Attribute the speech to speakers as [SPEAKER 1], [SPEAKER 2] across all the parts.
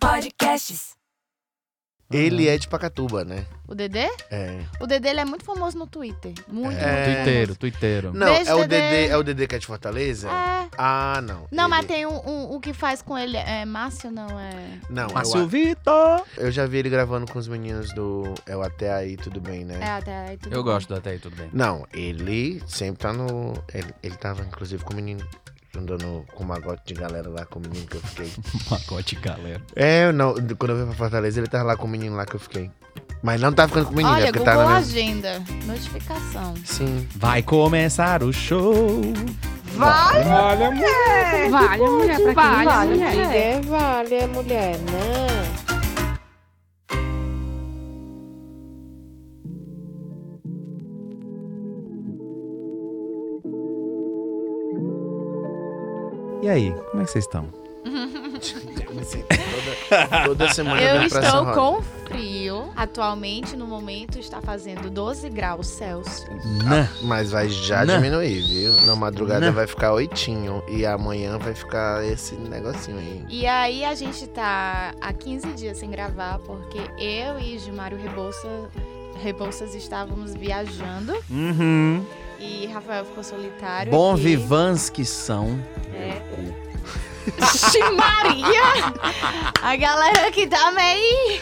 [SPEAKER 1] podcasts.
[SPEAKER 2] Uhum.
[SPEAKER 3] Ele é de Pacatuba, né?
[SPEAKER 4] O Dedê?
[SPEAKER 3] É.
[SPEAKER 4] O Dedê ele é muito famoso no Twitter. Muito,
[SPEAKER 3] É.
[SPEAKER 4] muito
[SPEAKER 2] Tuiteiro, tuiteiro.
[SPEAKER 3] Não,
[SPEAKER 4] Beijo,
[SPEAKER 3] é o
[SPEAKER 4] Dedê.
[SPEAKER 3] Dedê, é o Dedê que é de Fortaleza?
[SPEAKER 4] famoso. É.
[SPEAKER 3] Ah, não.
[SPEAKER 4] Não, mas
[SPEAKER 3] Ele-
[SPEAKER 4] tem um, um- o que faz com ele. É Márcio, não? É.
[SPEAKER 3] Não,
[SPEAKER 2] Márcio
[SPEAKER 3] eu,
[SPEAKER 2] Vitor!
[SPEAKER 3] eu já vi ele gravando com os meninos do É o Até Aí Tudo Bem, né?
[SPEAKER 4] É, até aí tudo
[SPEAKER 2] Eu
[SPEAKER 4] bom.
[SPEAKER 2] gosto do até aí, tudo bem.
[SPEAKER 3] Não, ele sempre tá no. Ele, ele tava, inclusive, com o menino. Andando com um magote de galera lá com o menino que eu fiquei.
[SPEAKER 2] Pacote, galera.
[SPEAKER 3] É, eu não, quando eu vim pra Fortaleza, ele tava lá com o menino lá que eu fiquei. Mas não tava ficando com o menino, é
[SPEAKER 4] Olha,
[SPEAKER 3] porque
[SPEAKER 4] Google
[SPEAKER 3] tava. na minha-
[SPEAKER 4] Agenda. Notificação.
[SPEAKER 3] Sim.
[SPEAKER 2] Vai começar o show.
[SPEAKER 4] Vai!
[SPEAKER 5] Olha,
[SPEAKER 6] Vale, mulher, pra quem vale, mulher.
[SPEAKER 7] Mulher vale, a mulher, né?
[SPEAKER 2] E aí, como é que vocês estão?
[SPEAKER 3] toda, toda semana
[SPEAKER 4] Eu
[SPEAKER 3] vem pra São
[SPEAKER 4] estou
[SPEAKER 3] Roque.
[SPEAKER 4] com frio. Atualmente, no momento, está fazendo 12 graus Celsius.
[SPEAKER 2] Nã.
[SPEAKER 3] Mas vai já
[SPEAKER 2] Não.
[SPEAKER 3] diminuir, viu? Na madrugada
[SPEAKER 2] Não.
[SPEAKER 3] vai ficar oitinho e amanhã vai ficar esse negocinho aí.
[SPEAKER 4] E aí a gente tá há 15 dias sem gravar, porque eu e Gilmário Rebouça, Rebouças estávamos viajando
[SPEAKER 2] Uhum.
[SPEAKER 4] e Rafael ficou solitário.
[SPEAKER 2] Bom
[SPEAKER 4] aqui.
[SPEAKER 2] vivans que são.
[SPEAKER 4] Vixe Maria! A galera que tá meio.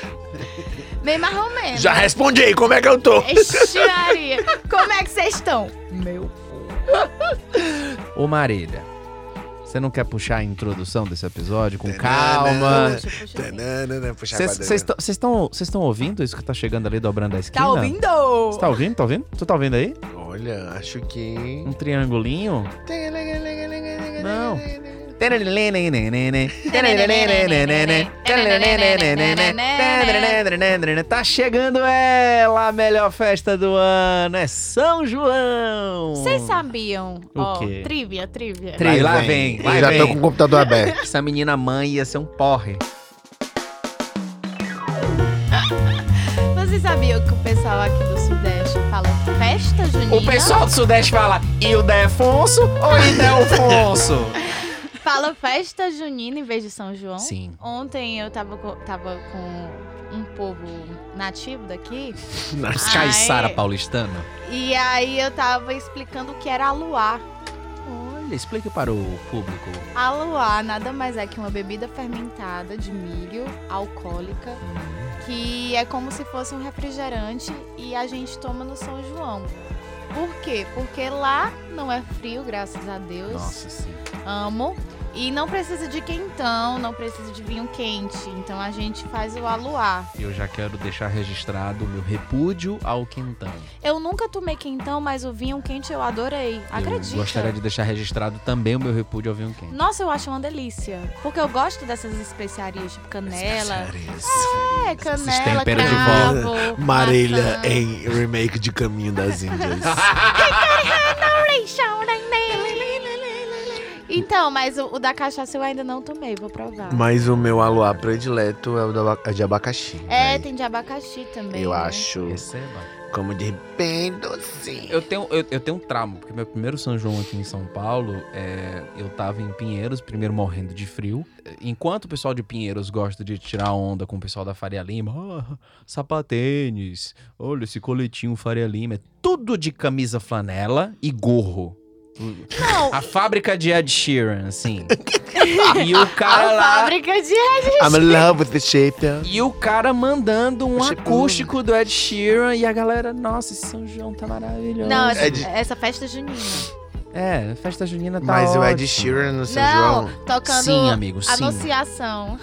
[SPEAKER 4] meio mais ou menos.
[SPEAKER 3] Já respondi, como é que eu tô?
[SPEAKER 4] Ixi, Maria! Como é que vocês estão? Meu.
[SPEAKER 2] Ô Marília, você não quer puxar a introdução desse episódio com calma?
[SPEAKER 4] Puxa, puxa.
[SPEAKER 2] né?
[SPEAKER 3] Tanana, puxar a quadrilha.
[SPEAKER 2] Vocês estão ouvindo isso que tá chegando ali dobrando a esquina?
[SPEAKER 4] Tá ouvindo?
[SPEAKER 2] Você tá ouvindo? Tá ouvindo? Tu tá ouvindo aí?
[SPEAKER 3] Olha, acho que.
[SPEAKER 2] Um triangulinho? Não. Tá chegando ela, a melhor festa do ano, é São João.
[SPEAKER 4] Vocês sabiam?
[SPEAKER 2] um- O
[SPEAKER 4] ó,
[SPEAKER 2] quê?
[SPEAKER 4] trivia, trivia.
[SPEAKER 2] Tri- lá vem, lá
[SPEAKER 3] Eu já tô
[SPEAKER 2] vem.
[SPEAKER 3] com o computador aberto.
[SPEAKER 2] Essa menina mãe ia ser um porre.
[SPEAKER 4] Vocês sabiam que o pessoal aqui do Sudeste fala festa junina?
[SPEAKER 2] O pessoal do Sudeste fala Ildefonso ou Ildefonso?
[SPEAKER 4] Fala festa junina em vez de São João?
[SPEAKER 2] Sim.
[SPEAKER 4] Ontem eu tava co- tava com um povo nativo daqui.
[SPEAKER 2] Os
[SPEAKER 4] Ai.
[SPEAKER 2] caiçara paulistano.
[SPEAKER 4] E aí eu tava explicando o que era aluar.
[SPEAKER 2] Olha, explica para o público.
[SPEAKER 4] Aluar nada mais é que uma bebida fermentada de milho, alcoólica, que é como se fosse um refrigerante e a gente toma no São João. Por quê? Porque lá não é frio, graças a Deus.
[SPEAKER 2] Nossa, sim.
[SPEAKER 4] Amo. E não precisa de quentão, não precisa de vinho quente. Então a gente faz o aluar.
[SPEAKER 2] Eu já quero deixar registrado o meu repúdio ao quentão.
[SPEAKER 4] Eu nunca tomei quentão, mas o vinho quente eu adorei. Acredita.
[SPEAKER 2] Eu gostaria de deixar registrado também o meu repúdio ao vinho quente.
[SPEAKER 4] Nossa, eu acho uma delícia. Porque eu gosto dessas especiarias, tipo canela. É, canela,
[SPEAKER 2] tempera de
[SPEAKER 4] cravo,
[SPEAKER 3] Marília
[SPEAKER 4] maçã.
[SPEAKER 3] em remake de Caminho das Índias.
[SPEAKER 4] Então, mas o, o da cachaça eu ainda não tomei, vou provar.
[SPEAKER 3] Mas o meu aluá predileto é o do aba- é de abacaxi.
[SPEAKER 4] É,
[SPEAKER 3] né?
[SPEAKER 4] tem de abacaxi também.
[SPEAKER 3] Eu
[SPEAKER 4] né?
[SPEAKER 3] acho.
[SPEAKER 2] Receba.
[SPEAKER 3] Como de bem docinho.
[SPEAKER 2] Eu tenho, eu, eu tenho um trauma, porque meu primeiro São João aqui em São Paulo, é, eu tava em Pinheiros, primeiro morrendo de frio. Enquanto o pessoal de Pinheiros gosta de tirar onda com o pessoal da Faria Lima, ah, sapatênis, olha esse coletinho Faria Lima, é tudo de camisa flanela e gorro.
[SPEAKER 4] Não,
[SPEAKER 2] A fábrica de Ed Sheeran, assim. e o cara
[SPEAKER 4] a
[SPEAKER 2] lá...
[SPEAKER 4] fábrica de
[SPEAKER 3] I'm in love with the shape. of-
[SPEAKER 2] E o cara mandando um
[SPEAKER 3] Achei-
[SPEAKER 2] acústico do Ed Sheeran e a galera, nossa, esse São João tá maravilhoso.
[SPEAKER 4] Não,
[SPEAKER 3] É
[SPEAKER 4] essa,
[SPEAKER 3] de-
[SPEAKER 4] essa festa junina.
[SPEAKER 2] É, festa junina tá
[SPEAKER 3] Mas o Ed
[SPEAKER 2] ótimo.
[SPEAKER 3] Sheeran no São
[SPEAKER 4] não,
[SPEAKER 3] João.
[SPEAKER 4] tocando
[SPEAKER 2] Sim, amigo,
[SPEAKER 4] tá
[SPEAKER 2] sim.
[SPEAKER 4] anunciação.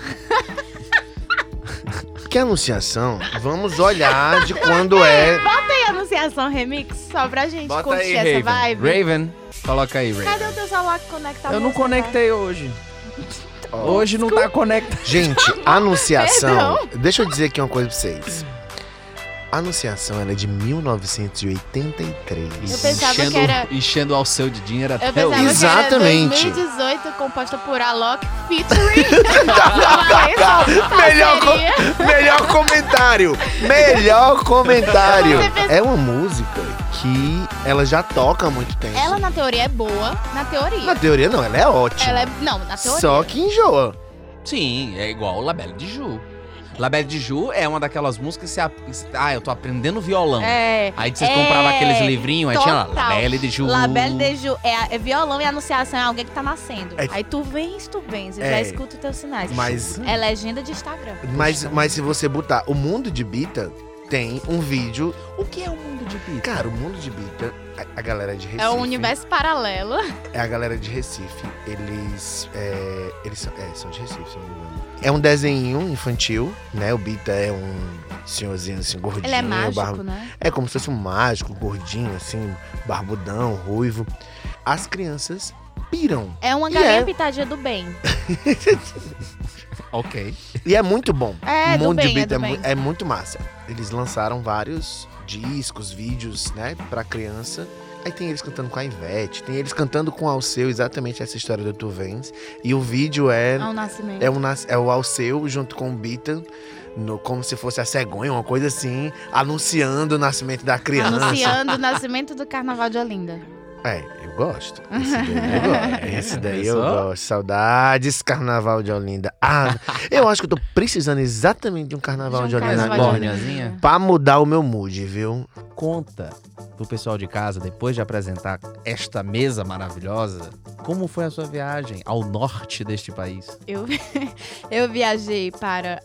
[SPEAKER 3] Que anunciação? Vamos olhar de quando é.
[SPEAKER 4] Tem anunciação remix só pra gente
[SPEAKER 2] Bota
[SPEAKER 4] curtir
[SPEAKER 2] aí, Raven.
[SPEAKER 4] essa vibe?
[SPEAKER 2] Raven, coloca aí, Raven.
[SPEAKER 4] Cadê o teu celular que conecta a
[SPEAKER 2] Eu não
[SPEAKER 4] música?
[SPEAKER 2] conectei hoje.
[SPEAKER 3] Ó,
[SPEAKER 2] Hoje não tá conectado.
[SPEAKER 3] Gente, anunciação. Deixa eu dizer aqui uma coisa pra vocês. Anunciação era de 1983.
[SPEAKER 4] Eu pensava que era-
[SPEAKER 2] Enchendo ao seu de dinheiro
[SPEAKER 4] Eu pensava
[SPEAKER 3] Exatamente.
[SPEAKER 4] que era 2018, composta por Alok featuring Valença,
[SPEAKER 3] Melhor
[SPEAKER 4] parceria.
[SPEAKER 3] Melhor comentário! Melhor comentário!
[SPEAKER 4] Você pensa-
[SPEAKER 3] É uma música que ela já toca há muito tempo.
[SPEAKER 4] Ela na teoria é boa, na teoria.
[SPEAKER 3] Na teoria não, ela é ótima.
[SPEAKER 4] Ela é, não, na teoria.
[SPEAKER 3] Só que enjoa.
[SPEAKER 2] Sim, é igual o Labelo de Ju. Labelle de Ju é uma daquelas músicas que você. ap- Ah, eu tô aprendendo violão.
[SPEAKER 4] É.
[SPEAKER 2] Aí vocês
[SPEAKER 4] É,
[SPEAKER 2] compravam aqueles livrinhos, aí tinha lá,
[SPEAKER 4] total.
[SPEAKER 2] Labelle de Ju.
[SPEAKER 4] La Belle de Ju é, a- é violão e anunciação é alguém que tá nascendo.
[SPEAKER 3] É.
[SPEAKER 4] Aí tu vens, tu vens, eu
[SPEAKER 3] É.
[SPEAKER 4] já escuto teus sinais.
[SPEAKER 3] Mas,
[SPEAKER 4] É legenda de Instagram.
[SPEAKER 3] mas, mas se você botar o mundo de Bita, tem um vídeo.
[SPEAKER 2] O que é o mundo de Pita?
[SPEAKER 3] Cara, o mundo de Bita, a, a galera de Recife.
[SPEAKER 4] É um universo paralelo.
[SPEAKER 3] É a galera de Recife. Eles. É, eles são, é, são de Recife, se eu não me engano. É um desenho infantil, né? O Bita é um senhorzinho assim, gordinho.
[SPEAKER 4] Ele é
[SPEAKER 3] barba-
[SPEAKER 4] mágico, né?
[SPEAKER 3] É como se fosse um mágico, gordinho, assim, barbudão, ruivo. As crianças piram.
[SPEAKER 4] É uma
[SPEAKER 3] E
[SPEAKER 4] galinha
[SPEAKER 3] é.
[SPEAKER 4] pitadinha do bem.
[SPEAKER 2] Ok.
[SPEAKER 3] E é muito bom.
[SPEAKER 4] É, do
[SPEAKER 3] Mundo
[SPEAKER 4] bem,
[SPEAKER 3] de Beat
[SPEAKER 4] é
[SPEAKER 3] é,
[SPEAKER 4] do
[SPEAKER 3] mu-
[SPEAKER 4] bem.
[SPEAKER 3] é muito massa. Eles lançaram vários discos, vídeos, né, pra criança. Aí tem eles cantando com a Ivete, tem eles cantando com o Alceu, exatamente essa história do Tu Vens. E o vídeo é,
[SPEAKER 4] Ao nascimento.
[SPEAKER 3] é, um, nas- é o Alceu junto com o Bita, no, como se fosse a cegonha, uma coisa assim, anunciando o nascimento da criança.
[SPEAKER 4] Anunciando o nascimento do carnaval de Olinda.
[SPEAKER 3] É, eu gosto. Esse daí eu gosto. Esse daí eu
[SPEAKER 2] Pensou?
[SPEAKER 3] gosto. Saudades, carnaval de Olinda. Ah, eu acho que eu tô precisando exatamente de um carnaval de,
[SPEAKER 4] De um
[SPEAKER 3] Olinda
[SPEAKER 4] carnaval
[SPEAKER 3] agora.
[SPEAKER 4] de
[SPEAKER 3] Borne.
[SPEAKER 4] Olinda.
[SPEAKER 2] Bornezinha?
[SPEAKER 3] Pra mudar o meu mood, viu?
[SPEAKER 2] Conta pro pessoal de casa, depois de apresentar esta mesa maravilhosa, como foi a sua viagem ao norte deste país?
[SPEAKER 4] Eu, eu viajei para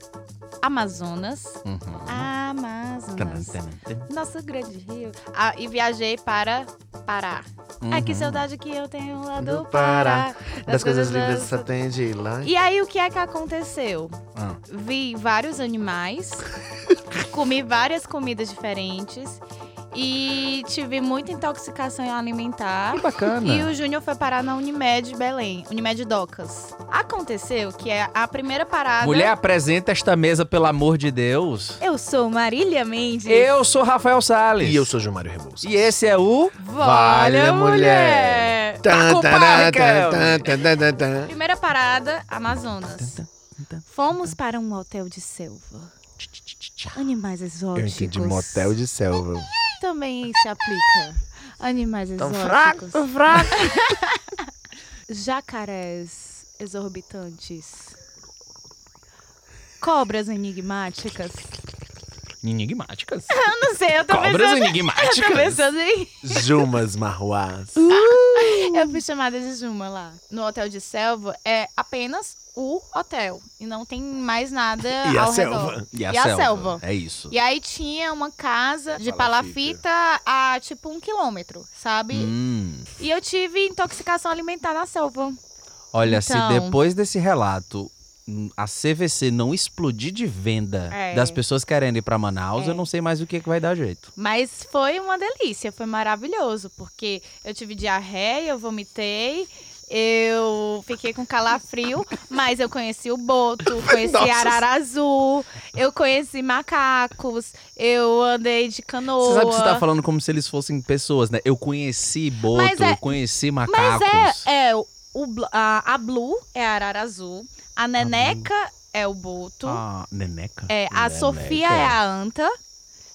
[SPEAKER 4] Amazonas.
[SPEAKER 2] Uhum.
[SPEAKER 3] Hum.
[SPEAKER 4] Ah,
[SPEAKER 2] Tanã,
[SPEAKER 4] Amazonas.
[SPEAKER 2] tanã, tanã.
[SPEAKER 4] Nosso grande rio. Ah, e viajei para Pará. Ai, que
[SPEAKER 2] Uhum.
[SPEAKER 4] saudade que eu tenho lá do,
[SPEAKER 3] Do Pará,
[SPEAKER 4] Pará.
[SPEAKER 3] Das coisas lindas só tem de ir lá.
[SPEAKER 4] E aí, o que é que aconteceu?
[SPEAKER 2] Ah.
[SPEAKER 4] Vi vários animais, comi várias comidas diferentes e tive muita intoxicação alimentar.
[SPEAKER 2] Que bacana.
[SPEAKER 4] E o Júnior foi parar na Unimed Belém, Unimed Docas. Aconteceu que é a primeira parada.
[SPEAKER 2] Mulher, apresenta esta mesa, pelo amor de Deus.
[SPEAKER 4] Eu sou Marília Mendes.
[SPEAKER 2] Eu sou Rafael Salles.
[SPEAKER 3] E eu sou Gilmário Rebouças.
[SPEAKER 2] E esse é o...
[SPEAKER 4] Vale a
[SPEAKER 3] Valha, mulher.
[SPEAKER 4] mulher.
[SPEAKER 3] Tan,
[SPEAKER 2] Tá com
[SPEAKER 3] tan,
[SPEAKER 2] pare,
[SPEAKER 3] tan,
[SPEAKER 2] Kel.
[SPEAKER 3] tan, tan, tan, tan.
[SPEAKER 4] Primeira parada, Amazonas. Fomos para um hotel de selva. Animais exóticos.
[SPEAKER 3] Eu entendi motel de selva.
[SPEAKER 4] Também se aplica. Animais
[SPEAKER 3] Tão fraco,
[SPEAKER 4] exóticos.
[SPEAKER 3] tão fraco.
[SPEAKER 4] Jacarés exorbitantes. Cobras enigmáticas.
[SPEAKER 2] Enigmáticas.
[SPEAKER 4] Eu não sei, eu tô
[SPEAKER 2] Cobras
[SPEAKER 4] pensando. Eu tô
[SPEAKER 2] enigmáticas.
[SPEAKER 4] pensando em.
[SPEAKER 3] Jumas marruás.
[SPEAKER 4] Uh, Eu fui chamada de Juma lá. No hotel de selva é apenas o hotel. E não tem mais nada
[SPEAKER 3] E
[SPEAKER 4] ao
[SPEAKER 3] a
[SPEAKER 4] redor.
[SPEAKER 3] selva.
[SPEAKER 2] E a,
[SPEAKER 4] E a
[SPEAKER 2] selva.
[SPEAKER 4] selva.
[SPEAKER 2] É isso.
[SPEAKER 4] E aí tinha uma casa de palafita, a tipo um quilômetro, sabe?
[SPEAKER 2] Hum.
[SPEAKER 4] E eu tive intoxicação alimentar na selva.
[SPEAKER 2] Olha, se
[SPEAKER 4] Então.
[SPEAKER 2] depois desse relato hum, a CVC não explodir de venda
[SPEAKER 4] É.
[SPEAKER 2] das pessoas querendo ir pra Manaus,
[SPEAKER 4] É.
[SPEAKER 2] eu não sei mais o que, que vai dar jeito.
[SPEAKER 4] Mas foi uma delícia, foi maravilhoso, porque eu tive diarreia, eu vomitei, eu fiquei com calafrio, mas eu conheci o boto, conheci
[SPEAKER 3] Nossa.
[SPEAKER 4] arara azul, eu conheci macacos, eu andei de canoa.
[SPEAKER 2] Você sabe que você tá falando como se eles fossem pessoas, né? Eu conheci
[SPEAKER 4] Mas
[SPEAKER 2] boto,
[SPEAKER 4] é-
[SPEAKER 2] eu conheci
[SPEAKER 4] Mas
[SPEAKER 2] macacos.
[SPEAKER 4] é, é o, o bl- a, a Blue é a arara azul, a Neneca é o boto,
[SPEAKER 2] Ah, neneca?
[SPEAKER 4] é, a
[SPEAKER 2] Neneca.
[SPEAKER 4] Sofia é a anta,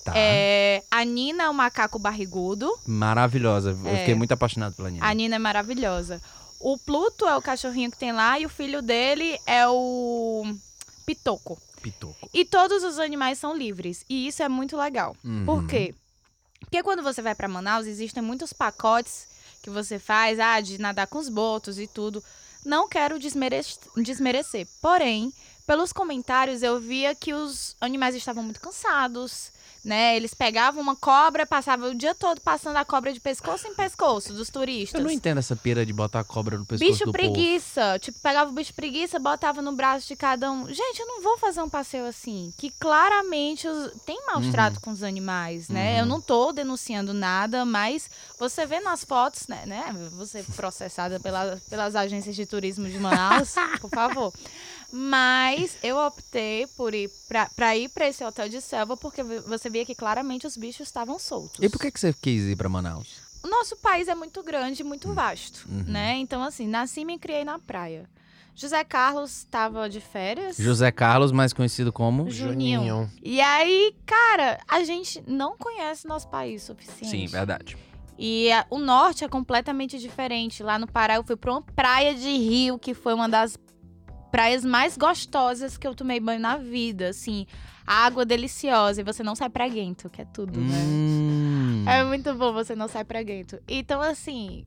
[SPEAKER 2] Tá.
[SPEAKER 4] é, a Nina é o macaco barrigudo,
[SPEAKER 2] Maravilhosa. Eu
[SPEAKER 4] É.
[SPEAKER 2] fiquei muito apaixonado pela Nina.
[SPEAKER 4] A Nina é maravilhosa. O Pluto é o cachorrinho que tem lá e o filho dele é o Pitoco.
[SPEAKER 2] Pitoco.
[SPEAKER 4] E todos os animais são livres. E isso é muito legal.
[SPEAKER 2] Uhum.
[SPEAKER 4] Por quê? Porque quando você vai pra Manaus, existem muitos pacotes que você faz, ah, de nadar com os botos e tudo. Não quero desmerec- desmerecer. Porém, pelos comentários eu via que os animais estavam muito cansados, né? Eles pegavam uma cobra, passavam o dia todo passando a cobra de pescoço em pescoço dos turistas.
[SPEAKER 2] Eu não entendo essa pira de botar a cobra no pescoço
[SPEAKER 4] Bicho
[SPEAKER 2] do
[SPEAKER 4] preguiça. Tipo, pegava o bicho preguiça, botava no braço de cada um. Gente, eu não vou fazer um passeio assim. Que claramente os- tem maus
[SPEAKER 2] Uhum.
[SPEAKER 4] trato com os animais, né?
[SPEAKER 2] Uhum.
[SPEAKER 4] Eu não tô denunciando nada, mas você vê nas fotos, né? né? Você processada pela- pelas agências de turismo de Manaus, por favor. Mas eu optei por ir pra, pra ir pra esse hotel de selva porque v- você via que claramente os bichos estavam soltos.
[SPEAKER 2] povo. E por que, que você quis ir pra Manaus?
[SPEAKER 4] O nosso país é muito grande, e muito vasto,
[SPEAKER 2] Uhum.
[SPEAKER 4] né? Então, assim, nasci e me criei na praia. José Carlos estava de férias.
[SPEAKER 2] José Carlos, mais conhecido como...
[SPEAKER 4] Juninho. E aí, cara, a gente não conhece nosso país o
[SPEAKER 2] Sim, é.
[SPEAKER 4] suficiente.
[SPEAKER 2] verdade.
[SPEAKER 4] E a- o norte é completamente diferente. Lá no Pará, eu fui pra uma praia de rio, que foi uma das praias mais gostosas que eu tomei banho na vida, assim. Água deliciosa e você não sai praguento, que é tudo, né?
[SPEAKER 2] Hum.
[SPEAKER 4] É muito bom você não sai praguento. Então, assim,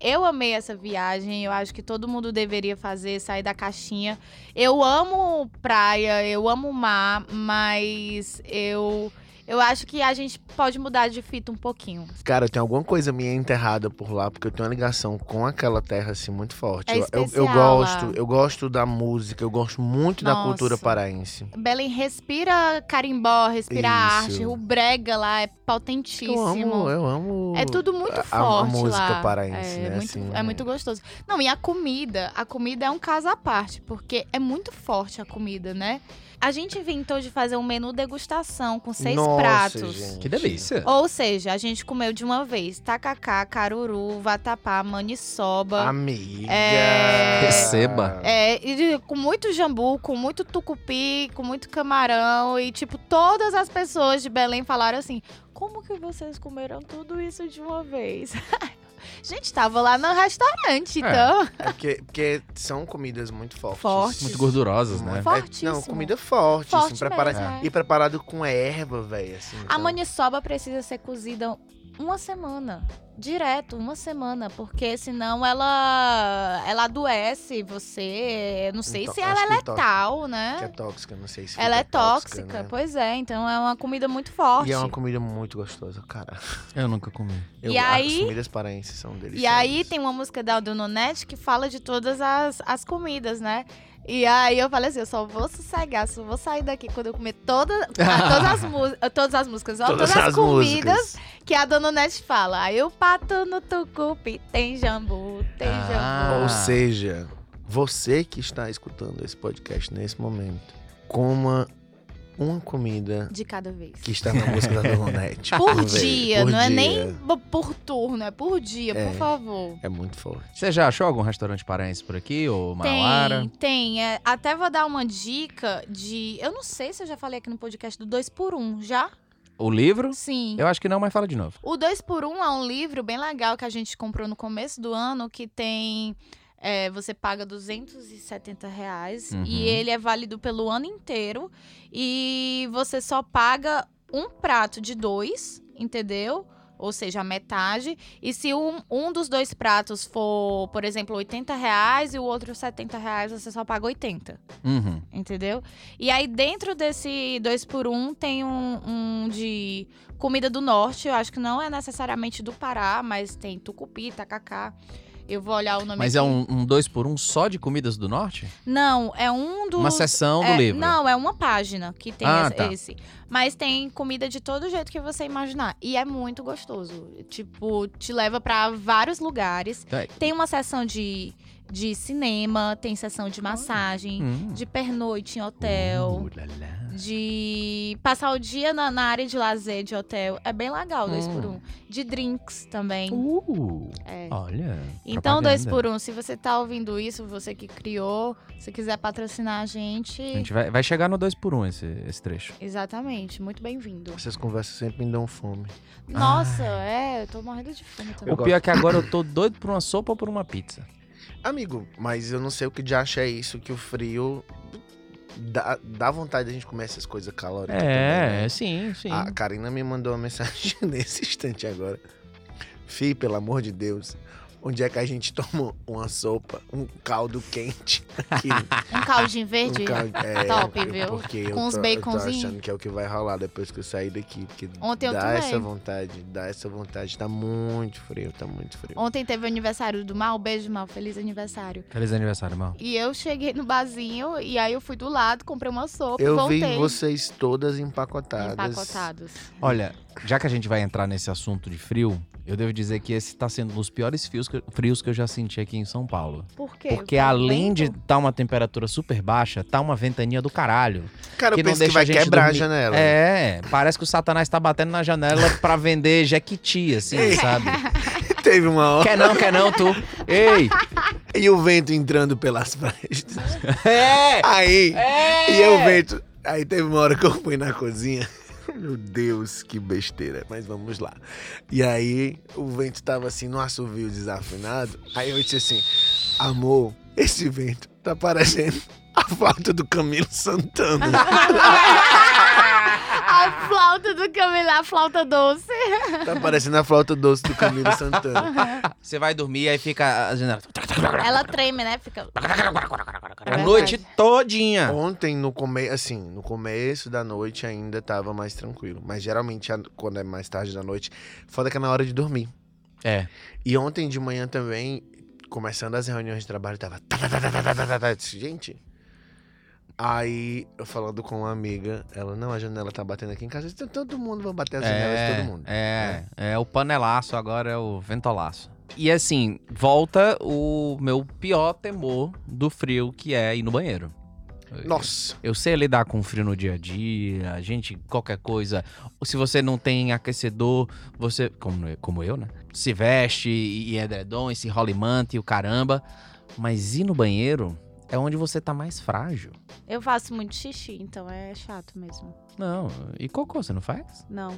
[SPEAKER 4] eu amei essa viagem. Eu acho que todo mundo deveria fazer, sair da caixinha. Eu amo praia, eu amo mar, mas eu. Eu acho que a gente pode mudar de fita um pouquinho.
[SPEAKER 3] Cara, tem alguma coisa minha enterrada por lá, porque eu tenho uma ligação com aquela terra, assim, muito forte.
[SPEAKER 4] É
[SPEAKER 3] Eu- eu, eu
[SPEAKER 4] especial
[SPEAKER 3] gosto,
[SPEAKER 4] lá.
[SPEAKER 3] eu gosto da música, eu gosto muito da
[SPEAKER 4] Nossa.
[SPEAKER 3] cultura paraense.
[SPEAKER 4] Belém respira carimbó,
[SPEAKER 3] Isso.
[SPEAKER 4] respira arte. O brega lá é potentíssimo.
[SPEAKER 3] Eu amo, eu amo.
[SPEAKER 4] É tudo muito
[SPEAKER 3] a- a
[SPEAKER 4] forte
[SPEAKER 3] tipo, música
[SPEAKER 4] lá.
[SPEAKER 3] paraense,
[SPEAKER 4] é,
[SPEAKER 3] né,
[SPEAKER 4] Muito,
[SPEAKER 3] assim,
[SPEAKER 4] é muito gostoso. Não, e a comida, a comida é um caso à parte, porque é muito forte a comida, né? A gente inventou de fazer um menu degustação com seis
[SPEAKER 3] Nossa,
[SPEAKER 4] pratos.
[SPEAKER 3] gente.
[SPEAKER 2] Que delícia.
[SPEAKER 4] Ou seja, a gente comeu de uma vez tacacá, caruru, vatapá, maniçoba.
[SPEAKER 3] Amiga.
[SPEAKER 4] É.
[SPEAKER 2] Receba.
[SPEAKER 4] É, e de- com muito jambu, com muito tucupi, com muito camarão. E, tipo, todas as pessoas de Belém falaram assim: como que vocês comeram tudo isso de uma vez? Gente, tava lá no restaurante, então.
[SPEAKER 3] É porque, porque são comidas muito fortes.
[SPEAKER 4] Fortes.
[SPEAKER 2] Muito gordurosas, né?
[SPEAKER 4] Forte. Fortíssimo.
[SPEAKER 3] É, não, comida forte,
[SPEAKER 4] Forte
[SPEAKER 3] assim, prepara-
[SPEAKER 4] mesmo, é.
[SPEAKER 3] e preparado com erva, velho, assim.
[SPEAKER 4] A
[SPEAKER 3] então-
[SPEAKER 4] maniçoba precisa ser cozida uma semana. Direto, uma semana, porque senão ela ela adoece você. Eu Não sei
[SPEAKER 3] Então,
[SPEAKER 4] se
[SPEAKER 3] acho
[SPEAKER 4] ela é
[SPEAKER 3] que tó-
[SPEAKER 4] letal,
[SPEAKER 3] Que é
[SPEAKER 4] né?
[SPEAKER 3] tóxica, não sei se
[SPEAKER 4] Ela
[SPEAKER 3] fica
[SPEAKER 4] é tóxica,
[SPEAKER 3] né?
[SPEAKER 4] pois é. Então é uma comida muito forte.
[SPEAKER 3] E é uma comida muito gostosa, cara.
[SPEAKER 2] Eu nunca comi.
[SPEAKER 3] Eu,
[SPEAKER 4] E aí-
[SPEAKER 3] As comidas paraenses são deliciosas.
[SPEAKER 4] E aí tem uma música da Aldononete que fala de todas as, as comidas, né? E aí eu falei assim, eu só vou sossegar, só vou sair daqui quando eu comer toda, ah, todas, as mu- ah, todas as músicas, ó, todas, as, comidas
[SPEAKER 3] músicas.
[SPEAKER 4] que a Dona Nete fala. Aí o pato no tucupi tem jambu, tem
[SPEAKER 2] Ah.
[SPEAKER 3] Ou
[SPEAKER 4] jambu.
[SPEAKER 3] seja, você que está escutando esse podcast nesse momento, coma uma comida
[SPEAKER 4] De cada vez.
[SPEAKER 3] que está na música da Donete.
[SPEAKER 4] Por dia, não é nem
[SPEAKER 3] dia.
[SPEAKER 4] bo- por turno, é por dia,
[SPEAKER 3] É.
[SPEAKER 4] por favor.
[SPEAKER 3] É muito forte.
[SPEAKER 2] Você já achou algum restaurante paraense por aqui? Ou Mauara?
[SPEAKER 4] Tem, tem. É, até vou dar uma dica de. Eu não sei se eu já falei aqui no podcast do 2 por 1 um, já?
[SPEAKER 2] O livro?
[SPEAKER 4] Sim.
[SPEAKER 2] Eu acho que não, mas fala de novo.
[SPEAKER 4] O 2 por 1 um é um livro bem legal que a gente comprou no começo do ano, que tem. é, você paga 270 reais
[SPEAKER 2] Uhum.
[SPEAKER 4] e ele é válido pelo ano inteiro. E você só paga um prato de dois, entendeu? Ou seja, a metade. E se um, um dos dois pratos for, por exemplo, 80 reais e o outro 70 reais, você só paga 80
[SPEAKER 2] Uhum.
[SPEAKER 4] entendeu? E aí dentro desse dois por um tem um, um de comida do norte, eu acho que não é necessariamente do Pará, mas tem tucupi, tacacá. Eu vou olhar o nome
[SPEAKER 2] Mas é
[SPEAKER 4] aqui.
[SPEAKER 2] um, um dois por um só de comidas do norte?
[SPEAKER 4] Não, é um dos...
[SPEAKER 2] Uma seção
[SPEAKER 4] é,
[SPEAKER 2] do livro.
[SPEAKER 4] Não, é uma página que tem
[SPEAKER 2] Ah,
[SPEAKER 4] esse,
[SPEAKER 2] tá.
[SPEAKER 4] esse. Mas tem comida de todo jeito que você imaginar. E é muito gostoso. Tipo, te leva pra vários lugares.
[SPEAKER 2] Tá aí.
[SPEAKER 4] Tem uma seção de, de cinema, tem seção de massagem,
[SPEAKER 2] Hum.
[SPEAKER 4] assim, de pernoite em hotel.
[SPEAKER 2] Uh, lá, lá.
[SPEAKER 4] De passar o dia na, na área de lazer de hotel. É bem legal, dois
[SPEAKER 2] Hum.
[SPEAKER 4] por um. De drinks também.
[SPEAKER 2] Uh,
[SPEAKER 4] é.
[SPEAKER 2] olha.
[SPEAKER 4] Então, dois
[SPEAKER 2] propaganda.
[SPEAKER 4] por um. Se você tá ouvindo isso, você que criou, se quiser patrocinar a gente.
[SPEAKER 2] A gente vai, vai chegar no dois por um esse, esse trecho.
[SPEAKER 4] Exatamente, muito bem-vindo.
[SPEAKER 2] Ah.
[SPEAKER 3] Essas conversas sempre me dão fome.
[SPEAKER 4] Nossa, é, eu tô morrendo de fome também.
[SPEAKER 2] o pior é que agora eu tô doido por uma sopa ou por uma pizza.
[SPEAKER 3] Amigo, mas eu não sei o que de acha é isso, que o frio dá, dá vontade da gente comer essas coisas calóricas. também, né?
[SPEAKER 2] É, sim, sim.
[SPEAKER 3] A Karina me mandou uma mensagem nesse instante agora. Fi, pelo amor de Deus, onde é que a gente toma uma sopa, um caldo quente aqui?
[SPEAKER 4] Um caldinho verde?
[SPEAKER 3] Um caldo, é,
[SPEAKER 4] Tá Top,
[SPEAKER 3] eu-
[SPEAKER 4] viu?
[SPEAKER 3] Porque eu
[SPEAKER 4] Com uns
[SPEAKER 3] tô- eu tô
[SPEAKER 4] baconzinho.
[SPEAKER 3] achando que é o que vai rolar depois que eu sair daqui. Porque
[SPEAKER 4] Ontem eu
[SPEAKER 3] dá
[SPEAKER 4] também.
[SPEAKER 3] essa vontade, dá essa vontade. Tá muito frio, tá muito frio.
[SPEAKER 4] Ontem teve o aniversário do Mal, beijo Mal, feliz aniversário.
[SPEAKER 2] Feliz aniversário, irmão.
[SPEAKER 4] E eu cheguei no barzinho e aí eu fui do lado, comprei uma sopa e
[SPEAKER 3] Eu
[SPEAKER 4] voltei.
[SPEAKER 3] vi vocês todas empacotadas.
[SPEAKER 4] Empacotados.
[SPEAKER 2] Olha, já que a gente vai entrar nesse assunto de frio, eu devo dizer que esse tá sendo um dos piores frios que, frios que eu já senti aqui em São Paulo.
[SPEAKER 4] Por quê?
[SPEAKER 2] Porque
[SPEAKER 4] Foi
[SPEAKER 2] além
[SPEAKER 4] vento?
[SPEAKER 2] de tá uma temperatura super baixa, tá uma ventania do caralho.
[SPEAKER 3] Cara,
[SPEAKER 2] Que
[SPEAKER 3] eu
[SPEAKER 2] não
[SPEAKER 3] penso que
[SPEAKER 2] deixa
[SPEAKER 3] vai
[SPEAKER 2] a gente
[SPEAKER 3] quebrar a
[SPEAKER 2] dormir.
[SPEAKER 3] janela.
[SPEAKER 2] É, parece que o satanás tá batendo na janela pra vender jequiti, assim, sabe?
[SPEAKER 3] Teve uma hora.
[SPEAKER 2] quer não, quer não, tu. Ei!
[SPEAKER 3] E o vento entrando pelas praias.
[SPEAKER 2] É!
[SPEAKER 3] Aí.
[SPEAKER 2] é.
[SPEAKER 3] E eu vento. Aí teve uma hora que eu fui na cozinha. Meu Deus, que besteira. Mas vamos lá. E aí o vento tava assim no assovio desafinado. Aí eu disse assim: Amor, Esse vento tá parecendo a flauta do Camilo Santana.
[SPEAKER 4] A flauta do Camila, a flauta doce.
[SPEAKER 3] Tá parecendo a flauta doce do Camilo Santana.
[SPEAKER 2] Você vai dormir, aí fica a janela.
[SPEAKER 4] Ela treme, né? Fica.
[SPEAKER 3] É
[SPEAKER 2] A noite todinha.
[SPEAKER 3] Ontem, no come... assim, no começo da noite ainda tava mais tranquilo. Mas geralmente, a- quando é mais tarde da noite, foda que é na hora de dormir.
[SPEAKER 2] É.
[SPEAKER 3] E ontem de manhã também, começando as reuniões de trabalho, tava. tá, tá, tá, tá, tá, tá, tá, tá, tá. Eu disse, Gente. Aí, eu falando com uma amiga, ela, não, a janela tá batendo aqui em casa. Eu disse, Todo mundo vai bater as janelas de todo mundo.
[SPEAKER 2] É, é o panelaço, agora é o ventolaço. E assim, volta o meu pior temor do frio, que é ir no banheiro.
[SPEAKER 3] Nossa,
[SPEAKER 2] Eu sei lidar com frio no dia a dia, a gente, qualquer coisa. Se você não tem aquecedor, você, como, como eu, né? Se veste e e edredom, e se rola em manta e o caramba. Mas ir no banheiro é onde você tá mais frágil.
[SPEAKER 4] Eu faço muito xixi, então é chato mesmo.
[SPEAKER 2] Não, e cocô, você não faz?
[SPEAKER 4] Não.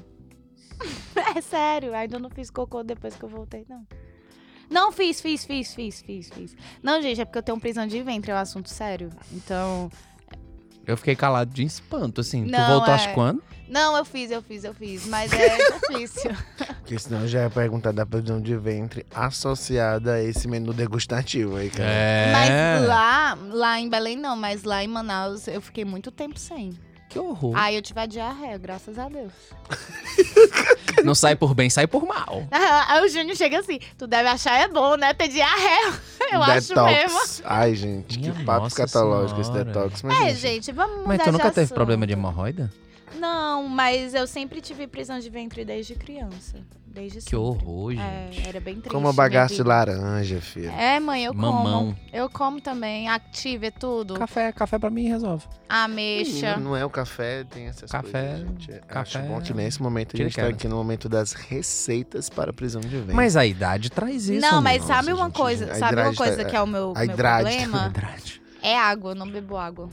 [SPEAKER 4] É sério, ainda não fiz cocô depois que eu voltei, não. Não fiz, fiz, fiz, fiz, fiz, fiz. Não, gente, é porque eu tenho prisão de ventre, é um assunto sério. Então.
[SPEAKER 2] Eu fiquei calado de espanto, assim. tu
[SPEAKER 4] Não,
[SPEAKER 2] voltaste
[SPEAKER 4] é.
[SPEAKER 2] quando?
[SPEAKER 4] Não, eu fiz, eu fiz, eu fiz. Mas é difícil.
[SPEAKER 3] porque senão já ia perguntar da prisão de ventre associada a esse menu degustativo aí, cara.
[SPEAKER 2] É.
[SPEAKER 4] Mas lá, lá em Belém não, mas lá em Manaus eu fiquei muito tempo sem.
[SPEAKER 2] Que horror.
[SPEAKER 4] Aí eu tive a diarreia, graças a Deus. Ah,
[SPEAKER 2] Não sai por bem, sai por mal.
[SPEAKER 4] Aí o Júnior chega assim, tu deve achar é bom, né? Ter diarreia. Eu acho mesmo.
[SPEAKER 3] detox. Ai, gente, que
[SPEAKER 2] Minha
[SPEAKER 3] papo
[SPEAKER 2] nossa
[SPEAKER 3] escatológico esse
[SPEAKER 2] senhora.
[SPEAKER 3] detox. Mas,
[SPEAKER 4] É, gente, vamos mudar
[SPEAKER 2] Mas tu nunca
[SPEAKER 4] de
[SPEAKER 2] teve
[SPEAKER 4] assunto.
[SPEAKER 2] problema de hemorroida?
[SPEAKER 4] Não, mas eu sempre tive prisão de ventre desde criança. Desde
[SPEAKER 2] Que horror, gente.
[SPEAKER 4] É, era bem triste.
[SPEAKER 3] Como bagaço de laranja, filho.
[SPEAKER 4] É, mãe, eu
[SPEAKER 2] Mamão.
[SPEAKER 4] como. Eu como também. Active tudo.
[SPEAKER 2] Café, café pra mim resolve.
[SPEAKER 4] Ameixa.
[SPEAKER 3] Não é o café, tem essas
[SPEAKER 2] Café-
[SPEAKER 3] coisas, gente. Eu Acho
[SPEAKER 2] café-
[SPEAKER 3] bom que nesse momento a
[SPEAKER 2] Tira
[SPEAKER 3] gente tá
[SPEAKER 2] queda.
[SPEAKER 3] aqui no momento das receitas para a prisão de ventre.
[SPEAKER 2] Mas a idade traz isso.
[SPEAKER 4] não, mas
[SPEAKER 2] amigo.
[SPEAKER 4] sabe
[SPEAKER 3] Nossa,
[SPEAKER 4] uma
[SPEAKER 3] gente,
[SPEAKER 4] coisa,
[SPEAKER 3] a
[SPEAKER 4] sabe uma
[SPEAKER 3] hidrate tá-
[SPEAKER 4] coisa que é o meu,
[SPEAKER 3] a
[SPEAKER 4] meu
[SPEAKER 3] hidrate tá-
[SPEAKER 4] problema?
[SPEAKER 2] Verdade.
[SPEAKER 4] É água, eu não bebo água.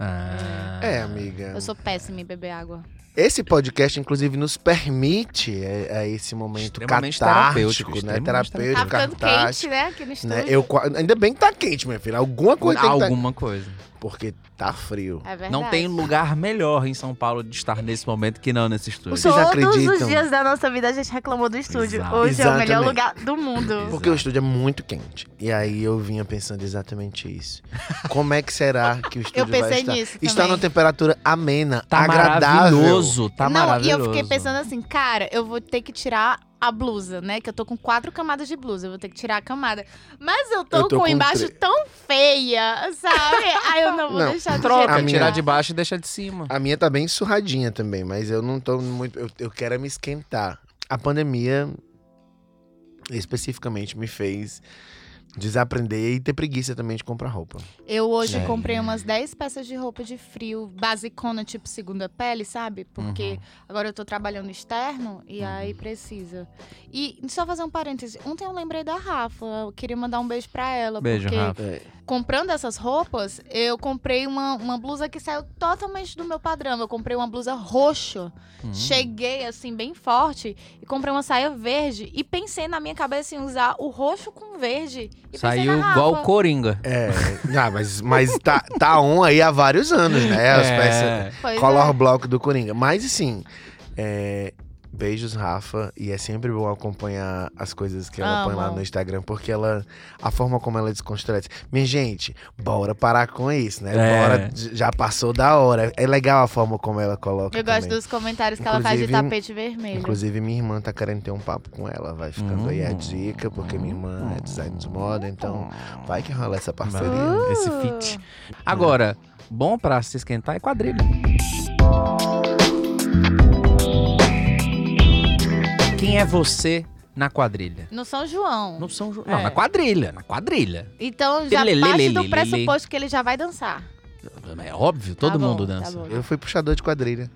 [SPEAKER 2] Ah.
[SPEAKER 3] É, amiga.
[SPEAKER 4] Eu sou péssima em beber água.
[SPEAKER 3] Esse podcast, inclusive, nos permite é, é esse momento
[SPEAKER 2] Extremamente
[SPEAKER 3] catártico,
[SPEAKER 2] terapêutico,
[SPEAKER 3] né?
[SPEAKER 2] extremamente
[SPEAKER 4] Tá
[SPEAKER 3] Terapêutico,
[SPEAKER 4] ficando quente,
[SPEAKER 3] catártico.
[SPEAKER 4] né? Aqui no estúdio.
[SPEAKER 3] Né? Eu, qua- ainda bem que tá quente, minha filha. Alguma coisa tem que tá...
[SPEAKER 2] Alguma coisa.
[SPEAKER 3] Porque tá frio.
[SPEAKER 4] É verdade.
[SPEAKER 2] Não tem lugar melhor em São Paulo de estar nesse momento que não nesse estúdio.
[SPEAKER 3] Vocês
[SPEAKER 4] Todos
[SPEAKER 3] acreditam?
[SPEAKER 4] os dias da nossa vida a gente reclamou do estúdio.
[SPEAKER 2] Exato.
[SPEAKER 4] Hoje é o melhor
[SPEAKER 3] Exatamente.
[SPEAKER 4] lugar do mundo.
[SPEAKER 3] Porque o estúdio é muito quente. E aí eu vinha pensando exatamente isso. Como é que será que o estúdio
[SPEAKER 4] Eu
[SPEAKER 3] vai
[SPEAKER 4] pensei
[SPEAKER 3] estar?
[SPEAKER 4] nisso
[SPEAKER 3] Está
[SPEAKER 4] também.
[SPEAKER 3] numa temperatura amena,
[SPEAKER 2] Tá
[SPEAKER 3] agradável.
[SPEAKER 2] maravilhoso, tá
[SPEAKER 4] não, e
[SPEAKER 2] maravilhoso.
[SPEAKER 4] eu fiquei pensando assim, cara, eu vou ter que tirar a blusa, né? Que eu tô com quatro camadas de blusa, eu vou ter que tirar a camada. Mas eu tô,
[SPEAKER 3] Eu tô
[SPEAKER 4] com
[SPEAKER 3] com
[SPEAKER 4] embaixo
[SPEAKER 3] três.
[SPEAKER 4] tão feia, sabe? Aí eu não vou
[SPEAKER 3] Não,
[SPEAKER 4] deixar de
[SPEAKER 2] Troca,
[SPEAKER 3] A
[SPEAKER 4] jeito é.
[SPEAKER 3] minha-
[SPEAKER 2] tirar
[SPEAKER 4] nenhum.
[SPEAKER 2] de baixo e deixar de cima.
[SPEAKER 3] A minha tá bem surradinha também, mas eu não tô muito. Eu, eu quero é me esquentar. A pandemia especificamente me fez desaprender e ter preguiça também de comprar roupa.
[SPEAKER 4] Eu hoje
[SPEAKER 2] Sim.
[SPEAKER 4] comprei umas 10 peças de roupa de frio, basicona, tipo segunda pele, sabe?
[SPEAKER 2] Uhum.
[SPEAKER 4] Porque agora eu tô trabalhando externo e aí precisa. E só fazer um parêntese, ontem eu lembrei da Rafa, eu queria mandar um beijo pra ela.
[SPEAKER 2] Beijo,
[SPEAKER 4] porque
[SPEAKER 2] Rafa.
[SPEAKER 4] comprando essas roupas, eu comprei uma, uma blusa que saiu totalmente do meu padrão. Eu comprei uma blusa roxa,
[SPEAKER 2] Hum.
[SPEAKER 4] cheguei assim, bem forte, e comprei uma saia verde. E pensei na minha cabeça em usar o roxo com verde. E
[SPEAKER 2] Saiu
[SPEAKER 4] pensei na
[SPEAKER 2] igual o
[SPEAKER 4] Rafa.
[SPEAKER 2] Coringa.
[SPEAKER 3] É, ah, mas, mas tá, tá on aí há vários anos, né? As peças.
[SPEAKER 4] Pois é.
[SPEAKER 3] Color bloco do Coringa. Mas assim, é, beijos, Rafa. E é sempre bom acompanhar as coisas que ela põe lá
[SPEAKER 4] Amo.
[SPEAKER 3] no Instagram, porque ela. A forma como ela desconstrói. Minha gente, bora parar com isso, né?
[SPEAKER 2] É.
[SPEAKER 3] Bora, j- já passou da hora. É legal a forma como ela coloca.
[SPEAKER 4] Eu gosto
[SPEAKER 3] também.
[SPEAKER 4] dos comentários que ela faz de
[SPEAKER 3] Inclusive-
[SPEAKER 4] tapete vermelho.
[SPEAKER 3] Inclusive, minha irmã tá querendo ter um papo com ela. Vai ficando aí
[SPEAKER 2] Hum.
[SPEAKER 3] a dica, porque minha irmã é design de moda, então vai que rola essa parceria.
[SPEAKER 2] Maravilha, Esse fit. Agora, bom pra se esquentar é quadrilha. Quem é você na quadrilha?
[SPEAKER 4] No São João.
[SPEAKER 2] No São João. Não,
[SPEAKER 4] É.
[SPEAKER 2] na quadrilha, na quadrilha.
[SPEAKER 4] Então já
[SPEAKER 2] Lelelelelele.
[SPEAKER 4] parte do pressuposto que ele já vai dançar.
[SPEAKER 2] É óbvio, todo
[SPEAKER 4] Tá bom,
[SPEAKER 2] mundo
[SPEAKER 4] tá
[SPEAKER 2] dança.
[SPEAKER 4] bom.
[SPEAKER 3] Eu fui puxador de quadrilha.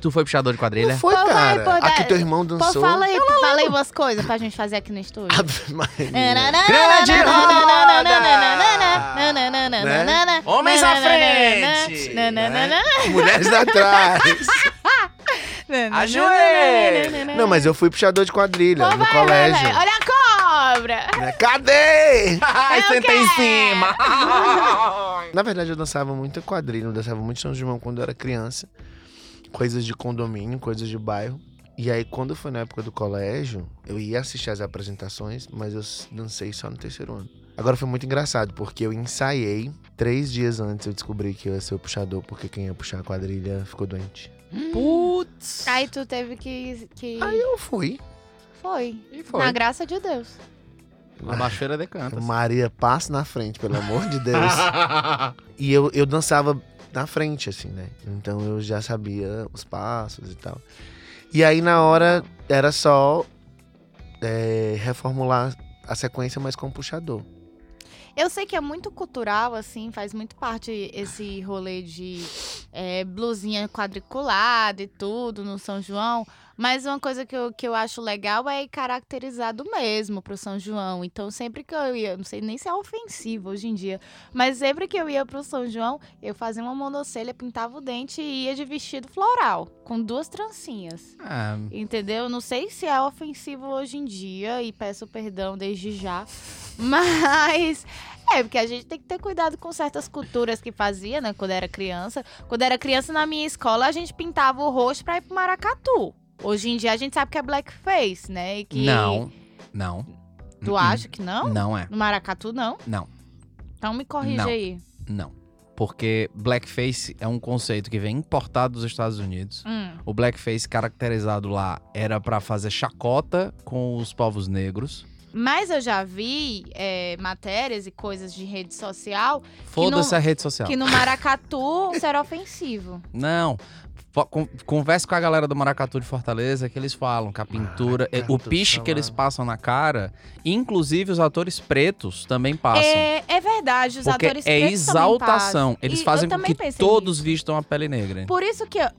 [SPEAKER 2] tu foi puxador de quadrilha?
[SPEAKER 3] Não foi,
[SPEAKER 4] Pô, vai,
[SPEAKER 3] cara.
[SPEAKER 4] pô, dá-
[SPEAKER 3] Aqui teu irmão
[SPEAKER 4] Pô,
[SPEAKER 3] dançou.
[SPEAKER 4] fala aí, fala aí umas coisas pra gente fazer aqui no estúdio. Né?
[SPEAKER 3] Ave Maria.
[SPEAKER 2] Grande roda!
[SPEAKER 3] Né?
[SPEAKER 4] Nananana.
[SPEAKER 2] Homens
[SPEAKER 4] Né?
[SPEAKER 2] à
[SPEAKER 4] Nananana.
[SPEAKER 2] frente,
[SPEAKER 4] Nananana.
[SPEAKER 3] Mulheres atrás.
[SPEAKER 4] Nananana.
[SPEAKER 2] Ajoelhe!
[SPEAKER 3] Não, mas eu fui puxador de quadrilha
[SPEAKER 4] Né? Pô,
[SPEAKER 3] no
[SPEAKER 4] vai, vai,
[SPEAKER 3] colégio.
[SPEAKER 4] vai. Olha a cabra.
[SPEAKER 3] né? Cadê?
[SPEAKER 2] Ai, senta em cima!
[SPEAKER 3] Na verdade, eu dançava muito quadrilha, eu dançava muito São João quando eu era criança. Coisas de condomínio, coisas de bairro. E aí, quando foi na época do colégio, eu ia assistir as apresentações, mas eu s- dancei só no terceiro ano. Agora foi muito engraçado, porque eu ensaiei. Três dias antes eu descobri que eu ia ser o puxador, porque quem ia puxar a quadrilha ficou doente.
[SPEAKER 2] Putz!
[SPEAKER 4] Aí tu teve que. que...
[SPEAKER 3] Aí eu fui.
[SPEAKER 4] Foi.
[SPEAKER 2] E foi.
[SPEAKER 4] Na graça de Deus.
[SPEAKER 2] A machoeira decanta.
[SPEAKER 3] Maria, passa na frente, pelo amor de Deus. E eu, eu dançava na frente, assim, né? Então eu já sabia os passos e tal. E aí na hora era só é, reformular a sequência, mas com puxador.
[SPEAKER 4] Eu sei que é muito cultural, assim, faz muito parte esse rolê de é, blusinha quadriculada e tudo no São João. Mas uma coisa que eu, que eu acho legal é ir caracterizado mesmo pro São João. Então, sempre que eu ia, não sei nem se é ofensivo hoje em dia, mas sempre que eu ia pro São João, eu fazia uma monocelha, pintava o dente e ia de vestido floral, com duas trancinhas.
[SPEAKER 2] Ah,
[SPEAKER 4] Entendeu? Não sei se é ofensivo hoje em dia e peço perdão desde já. Mas é porque a gente tem que ter cuidado com certas culturas que fazia, né, quando era criança. Quando era criança na minha escola, a gente pintava o rosto pra ir pro maracatu. Hoje em dia a gente sabe que é blackface, né? E que
[SPEAKER 2] Não, não.
[SPEAKER 4] Tu
[SPEAKER 2] Hum,
[SPEAKER 4] acha que não?
[SPEAKER 2] hum. Não é,
[SPEAKER 4] No maracatu não?
[SPEAKER 2] Não.
[SPEAKER 4] Então me corrija
[SPEAKER 2] Não.
[SPEAKER 4] aí.
[SPEAKER 2] não. Porque blackface é um conceito que vem importado dos Estados Unidos.
[SPEAKER 4] Hum.
[SPEAKER 2] O blackface caracterizado lá era pra fazer chacota com os povos negros.
[SPEAKER 4] Mas eu já vi é, matérias e coisas de rede social
[SPEAKER 2] Foda-se
[SPEAKER 4] não-
[SPEAKER 2] a rede social.
[SPEAKER 4] que no maracatu isso era ofensivo.
[SPEAKER 2] Não. Fo- con- Converse com a galera do Maracatu de Fortaleza que eles falam que a pintura, eh, o
[SPEAKER 3] Maracatu,
[SPEAKER 2] piche
[SPEAKER 3] tá
[SPEAKER 2] que eles
[SPEAKER 3] lá.
[SPEAKER 2] passam na cara, inclusive os atores pretos também passam.
[SPEAKER 4] É, é verdade, os
[SPEAKER 2] porque
[SPEAKER 4] atores
[SPEAKER 2] é
[SPEAKER 4] pretos também
[SPEAKER 2] exaltação.
[SPEAKER 4] passam.
[SPEAKER 2] Eles
[SPEAKER 4] E
[SPEAKER 2] fazem
[SPEAKER 4] eu
[SPEAKER 2] com
[SPEAKER 4] também
[SPEAKER 2] que
[SPEAKER 4] pensei
[SPEAKER 2] todos vistam a pele negra.
[SPEAKER 4] nisso. Por isso que. eu-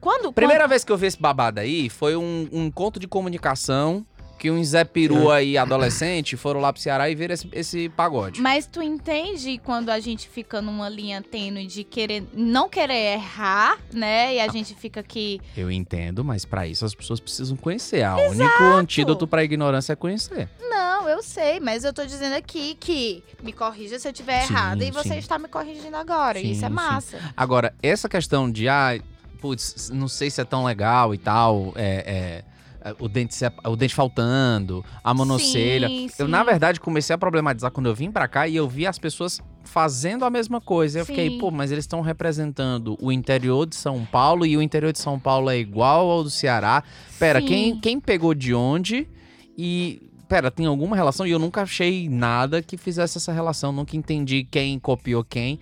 [SPEAKER 4] Quando.
[SPEAKER 2] Primeira vez que eu vi esse babado aí foi um, um encontro de comunicação que um Zé Peru aí, adolescente, foram lá pro Ceará e viram esse, esse
[SPEAKER 4] quando-
[SPEAKER 2] pagode.
[SPEAKER 4] Mas tu entende quando a gente fica numa linha tênue de querer não querer errar, né? E a gente fica aqui.
[SPEAKER 2] Eu entendo, mas pra isso as pessoas precisam conhecer. O único antídoto pra ignorância é conhecer.
[SPEAKER 4] Não, eu sei, mas eu tô dizendo aqui que me corrija se eu tiver
[SPEAKER 2] Sim,
[SPEAKER 4] errada e você
[SPEAKER 2] sim.
[SPEAKER 4] está me corrigindo agora.
[SPEAKER 2] Sim,
[SPEAKER 4] e isso é
[SPEAKER 2] sim.
[SPEAKER 4] massa.
[SPEAKER 2] Agora, essa questão de, ah, putz, não sei se é tão legal e tal, é, é, é, o, dente, sep- o dente faltando, a monocelha.
[SPEAKER 4] Sim,
[SPEAKER 2] Eu,
[SPEAKER 4] sim.
[SPEAKER 2] na verdade, comecei a problematizar quando eu vim pra cá e eu vi as pessoas fazendo a mesma coisa. Eu fiquei,
[SPEAKER 4] Sim.
[SPEAKER 2] pô, mas eles estão representando o interior de São Paulo e o interior de São Paulo é igual ao do Ceará. Pera,
[SPEAKER 4] Sim.
[SPEAKER 2] quem, quem pegou de onde e. Pera, tem alguma relação? E eu nunca achei nada que fizesse essa relação, nunca entendi quem copiou quem.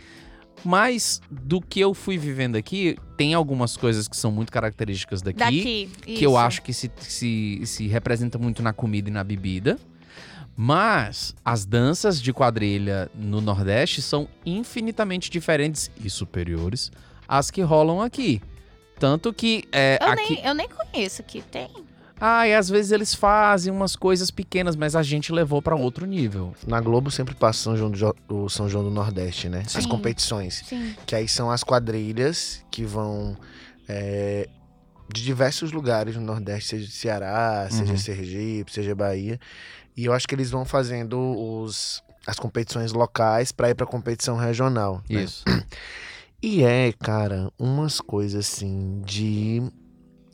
[SPEAKER 2] Mas do que eu fui vivendo aqui, tem algumas coisas que são muito características daqui
[SPEAKER 4] Daqui.
[SPEAKER 2] que eu acho que se, se, se representa muito na comida e na bebida. Mas as danças de quadrilha no Nordeste são infinitamente diferentes e superiores às que rolam aqui. Tanto que é,
[SPEAKER 4] Eu,
[SPEAKER 2] aqui.
[SPEAKER 4] nem, eu nem conheço que tem.
[SPEAKER 2] Ah, e às vezes eles fazem umas coisas pequenas, mas a gente levou pra outro nível.
[SPEAKER 3] Na Globo sempre passa São João do, Jo- o São João do Nordeste, né? As
[SPEAKER 4] Sim.
[SPEAKER 3] competições.
[SPEAKER 4] Sim.
[SPEAKER 3] Que aí são as quadrilhas que vão é, de diversos lugares no Nordeste, seja de Ceará, seja
[SPEAKER 2] Uhum.
[SPEAKER 3] Sergipe, seja Bahia. E eu acho que eles vão fazendo os, as competições locais pra ir pra competição regional. né?
[SPEAKER 2] Isso.
[SPEAKER 3] E é, cara, umas coisas assim de.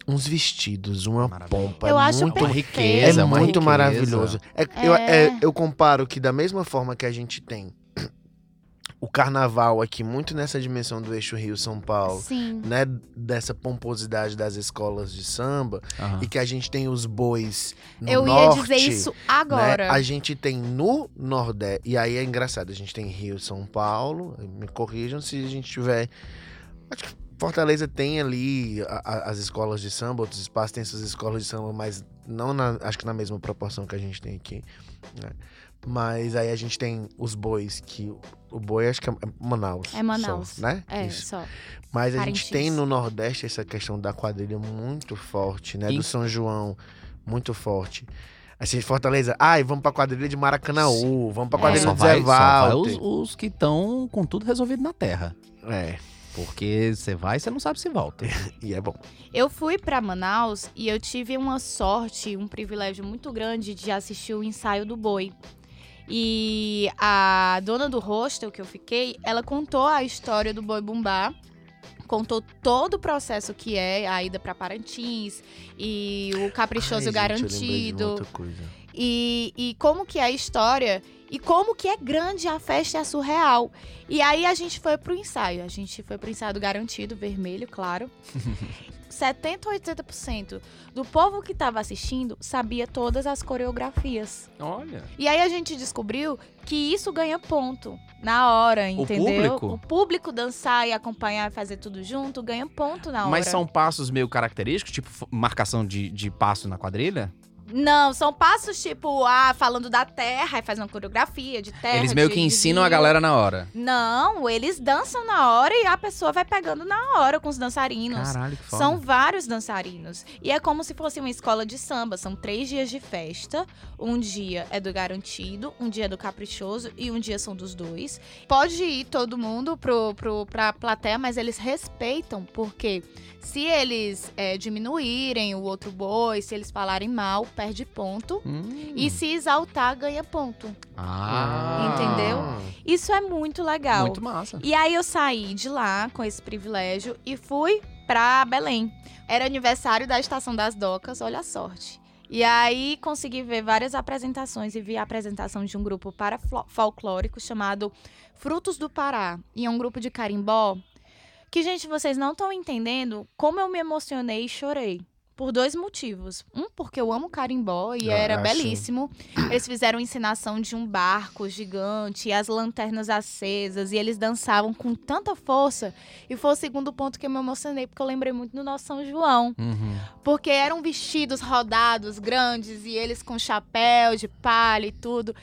[SPEAKER 3] Uns vestidos, uma
[SPEAKER 2] Maravilha.
[SPEAKER 3] pompa.
[SPEAKER 4] Eu
[SPEAKER 3] é
[SPEAKER 4] acho
[SPEAKER 3] muito
[SPEAKER 2] Uma
[SPEAKER 4] perfeito.
[SPEAKER 3] é
[SPEAKER 2] riqueza, uma
[SPEAKER 3] muito
[SPEAKER 2] riqueza.
[SPEAKER 3] maravilhoso. É- Eu,
[SPEAKER 4] É.
[SPEAKER 3] é, eu comparo que da mesma forma que a gente tem o carnaval aqui, muito nessa dimensão do eixo Rio-São Paulo,
[SPEAKER 4] Sim.
[SPEAKER 3] né? Dessa pomposidade das escolas de samba,
[SPEAKER 2] Aham.
[SPEAKER 3] e que a gente tem os bois no
[SPEAKER 4] eu
[SPEAKER 3] norte,
[SPEAKER 4] ia dizer isso
[SPEAKER 3] né,
[SPEAKER 4] agora.
[SPEAKER 3] A gente tem no Nordeste, e aí é engraçado, a gente tem Rio, São Paulo, me corrijam se a gente tiver... Acho que Fortaleza tem ali a- a- as escolas de samba, outros espaços têm essas escolas de samba, mas não na- acho que na mesma proporção que a gente tem aqui. né. Mas aí a gente tem os bois, que o- o boi acho que é Manaus.
[SPEAKER 4] É Manaus.
[SPEAKER 3] só, né?
[SPEAKER 4] É,
[SPEAKER 3] Isso.
[SPEAKER 4] só.
[SPEAKER 3] Mas a
[SPEAKER 4] Parintins.
[SPEAKER 3] gente tem no Nordeste essa questão da quadrilha muito forte, né?
[SPEAKER 2] E-
[SPEAKER 3] Do São João, muito forte. Assim, Fortaleza, ai, vamos pra quadrilha de Maracanaú, vamos pra
[SPEAKER 4] É.
[SPEAKER 3] quadrilha
[SPEAKER 2] Só
[SPEAKER 3] de Zé
[SPEAKER 2] vai, só vai
[SPEAKER 3] Walter.
[SPEAKER 2] os, os que estão com tudo resolvido na terra.
[SPEAKER 3] É.
[SPEAKER 2] Porque você vai, você não sabe se volta.
[SPEAKER 3] E é bom.
[SPEAKER 4] Eu fui para Manaus e eu tive uma sorte, um privilégio muito grande de assistir o ensaio do boi. E a dona do hostel que eu fiquei, ela contou a história do boi bumbá. Contou todo o processo que é a ida para Parintins e o caprichoso
[SPEAKER 3] Ai, gente, eu lembrei de uma
[SPEAKER 4] garantido
[SPEAKER 3] outra coisa.
[SPEAKER 4] e, e como que é a história e como que é grande a festa e é surreal. E aí a gente foi pro ensaio. A gente foi pro ensaio do garantido, vermelho, claro. 70 ou 80% do povo que tava assistindo sabia todas as coreografias.
[SPEAKER 2] Olha.
[SPEAKER 4] E aí a gente descobriu que isso ganha ponto na hora, entendeu?
[SPEAKER 2] público?
[SPEAKER 4] O público dançar e acompanhar e fazer tudo junto ganha ponto na hora.
[SPEAKER 2] Mas são passos meio característicos, tipo f- marcação de, de passo na quadrilha?
[SPEAKER 4] Não, são passos tipo, ah, falando da terra, aí faz uma coreografia de terra.
[SPEAKER 2] Eles meio
[SPEAKER 4] É, de-
[SPEAKER 2] que
[SPEAKER 4] de
[SPEAKER 2] ensinam a
[SPEAKER 4] vinho.
[SPEAKER 2] galera na hora.
[SPEAKER 4] Não, eles dançam na hora e a pessoa vai pegando na hora com os dançarinos.
[SPEAKER 2] Caralho, que foda.
[SPEAKER 4] São vários dançarinos. E é como se fosse uma escola de samba. São três dias de festa. Um dia é do garantido, um dia é do caprichoso e um dia são dos dois. Pode ir todo mundo pro, pro, pra plateia, mas eles respeitam, porque se eles é, diminuírem o outro boi, se eles falarem mal, perde ponto.
[SPEAKER 2] Hum.
[SPEAKER 4] E se exaltar, ganha ponto.
[SPEAKER 2] Ah.
[SPEAKER 4] Entendeu? Isso é muito legal.
[SPEAKER 2] Muito massa.
[SPEAKER 4] E aí eu saí de lá com esse privilégio e fui pra Belém. Era aniversário da Estação das Docas, olha a sorte. E aí consegui ver várias apresentações e vi a apresentação de um grupo para folclórico chamado Frutos do Pará. E é um grupo de carimbó. Que, gente, vocês não estão entendendo como eu me emocionei e chorei. Por dois motivos. Um, porque eu amo carimbó e
[SPEAKER 3] Ah,
[SPEAKER 4] era
[SPEAKER 3] acho-
[SPEAKER 4] belíssimo. Eles fizeram ensinação de um barco gigante, e as lanternas acesas, e eles dançavam com tanta força. E foi o segundo ponto que eu me emocionei, porque eu lembrei muito do nosso São João.
[SPEAKER 2] Uhum.
[SPEAKER 4] Porque eram vestidos rodados, grandes, e eles com chapéu de palha e tudo.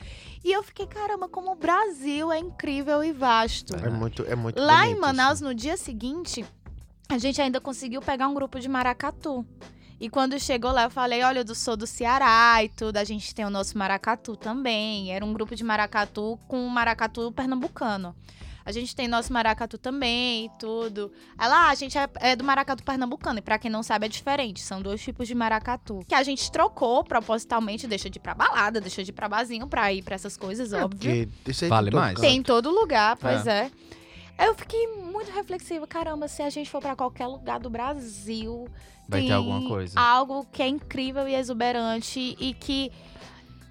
[SPEAKER 4] E eu fiquei, caramba, como o Brasil é incrível e vasto.
[SPEAKER 3] É muito, é muito
[SPEAKER 4] Lá
[SPEAKER 3] bonito,
[SPEAKER 4] em Manaus,
[SPEAKER 3] assim.
[SPEAKER 4] no dia seguinte, a gente ainda conseguiu pegar um grupo de maracatu. E quando chegou lá, eu falei: olha, eu sou do Ceará e tudo, a gente tem o nosso maracatu também. Era um grupo de maracatu com um maracatu pernambucano. A gente tem nosso maracatu também e tudo. Aí lá, a gente é, é do maracatu pernambucano. E pra quem não sabe, é diferente. São dois tipos de maracatu. Que a gente trocou propositalmente, deixa de ir pra balada, deixa de ir pra barzinho pra ir pra essas coisas, óbvio.
[SPEAKER 3] É, Porque isso aí
[SPEAKER 2] Vale
[SPEAKER 3] tem todo
[SPEAKER 2] mais?
[SPEAKER 3] canto.
[SPEAKER 4] Tem em todo lugar, pois é. Aí Eu fiquei muito reflexiva. Caramba, se a gente for pra qualquer lugar do Brasil,
[SPEAKER 2] Vai
[SPEAKER 4] tem
[SPEAKER 2] ter alguma coisa.
[SPEAKER 4] Algo que é incrível e exuberante e que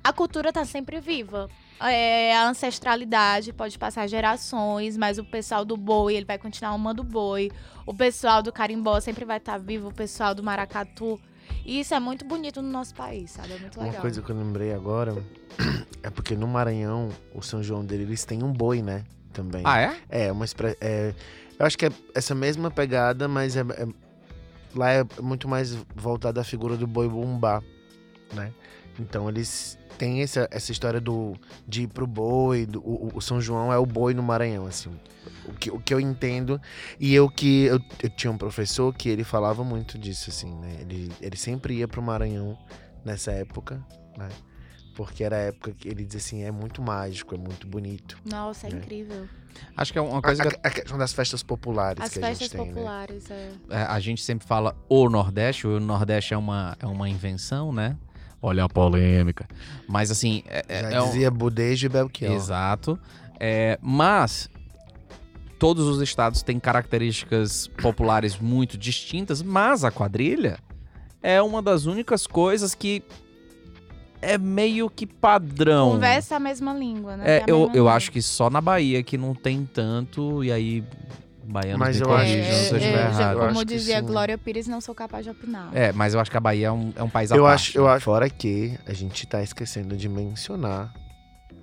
[SPEAKER 4] a cultura tá sempre viva. É, a ancestralidade pode passar gerações, mas o pessoal do boi, ele vai continuar amando o boi. O pessoal do carimbó sempre vai estar vivo, o pessoal do maracatu. E isso é muito bonito no nosso país, sabe? É muito
[SPEAKER 3] Uma
[SPEAKER 4] legal.
[SPEAKER 3] coisa que eu lembrei agora é porque no Maranhão, o São João dele, eles têm um boi, né? Também.
[SPEAKER 2] Ah, é?
[SPEAKER 3] É, uma expre... é, Eu acho que é essa mesma pegada, mas é, é- lá é muito mais voltada à figura do boi bumbá, né? Então eles têm essa, essa história do de ir pro boi, do- o, o São João é o boi no Maranhão, assim. O que, o que eu entendo. E eu que. Eu, eu tinha um professor que ele falava muito disso, assim, né? Ele, ele sempre ia pro Maranhão nessa época, né? Porque era a época que ele dizia assim, é muito mágico, é muito bonito.
[SPEAKER 4] Nossa, é
[SPEAKER 3] É.
[SPEAKER 4] incrível.
[SPEAKER 2] Acho que é uma
[SPEAKER 3] A,
[SPEAKER 2] coisa que
[SPEAKER 3] a- a questão das festas populares
[SPEAKER 4] As
[SPEAKER 3] que a
[SPEAKER 4] festas
[SPEAKER 3] gente tem, né?
[SPEAKER 4] populares, é.
[SPEAKER 2] é, a gente sempre fala o Nordeste, o Nordeste é uma, é uma invenção, né? Olha a polêmica. Mas assim, é, é-
[SPEAKER 3] Já
[SPEAKER 2] é um-
[SPEAKER 3] dizia Budejo e Belchior.
[SPEAKER 2] Exato. É, mas todos os estados têm características populares muito distintas, mas a quadrilha é uma das únicas coisas que é meio que padrão.
[SPEAKER 4] Conversa a mesma língua, né?
[SPEAKER 2] É,
[SPEAKER 4] Tem
[SPEAKER 2] eu,
[SPEAKER 4] a mesma
[SPEAKER 2] eu
[SPEAKER 4] língua.
[SPEAKER 2] acho que só na Bahia que não tem tanto, e aí baianos
[SPEAKER 3] Mas
[SPEAKER 2] me
[SPEAKER 3] eu
[SPEAKER 2] corrijam
[SPEAKER 3] acho-
[SPEAKER 2] se eu
[SPEAKER 3] é,
[SPEAKER 2] estiver
[SPEAKER 3] é,
[SPEAKER 4] já-
[SPEAKER 2] errado.
[SPEAKER 3] Eu acho
[SPEAKER 4] Como
[SPEAKER 3] que
[SPEAKER 4] dizia
[SPEAKER 3] sim.
[SPEAKER 4] Glória Pires, não sou capaz de opinar.
[SPEAKER 2] É, mas eu acho que a Bahia é um, é um país à
[SPEAKER 3] Eu
[SPEAKER 2] parte,
[SPEAKER 3] acho, eu
[SPEAKER 2] né?
[SPEAKER 3] acho. Fora que a gente tá esquecendo de mencionar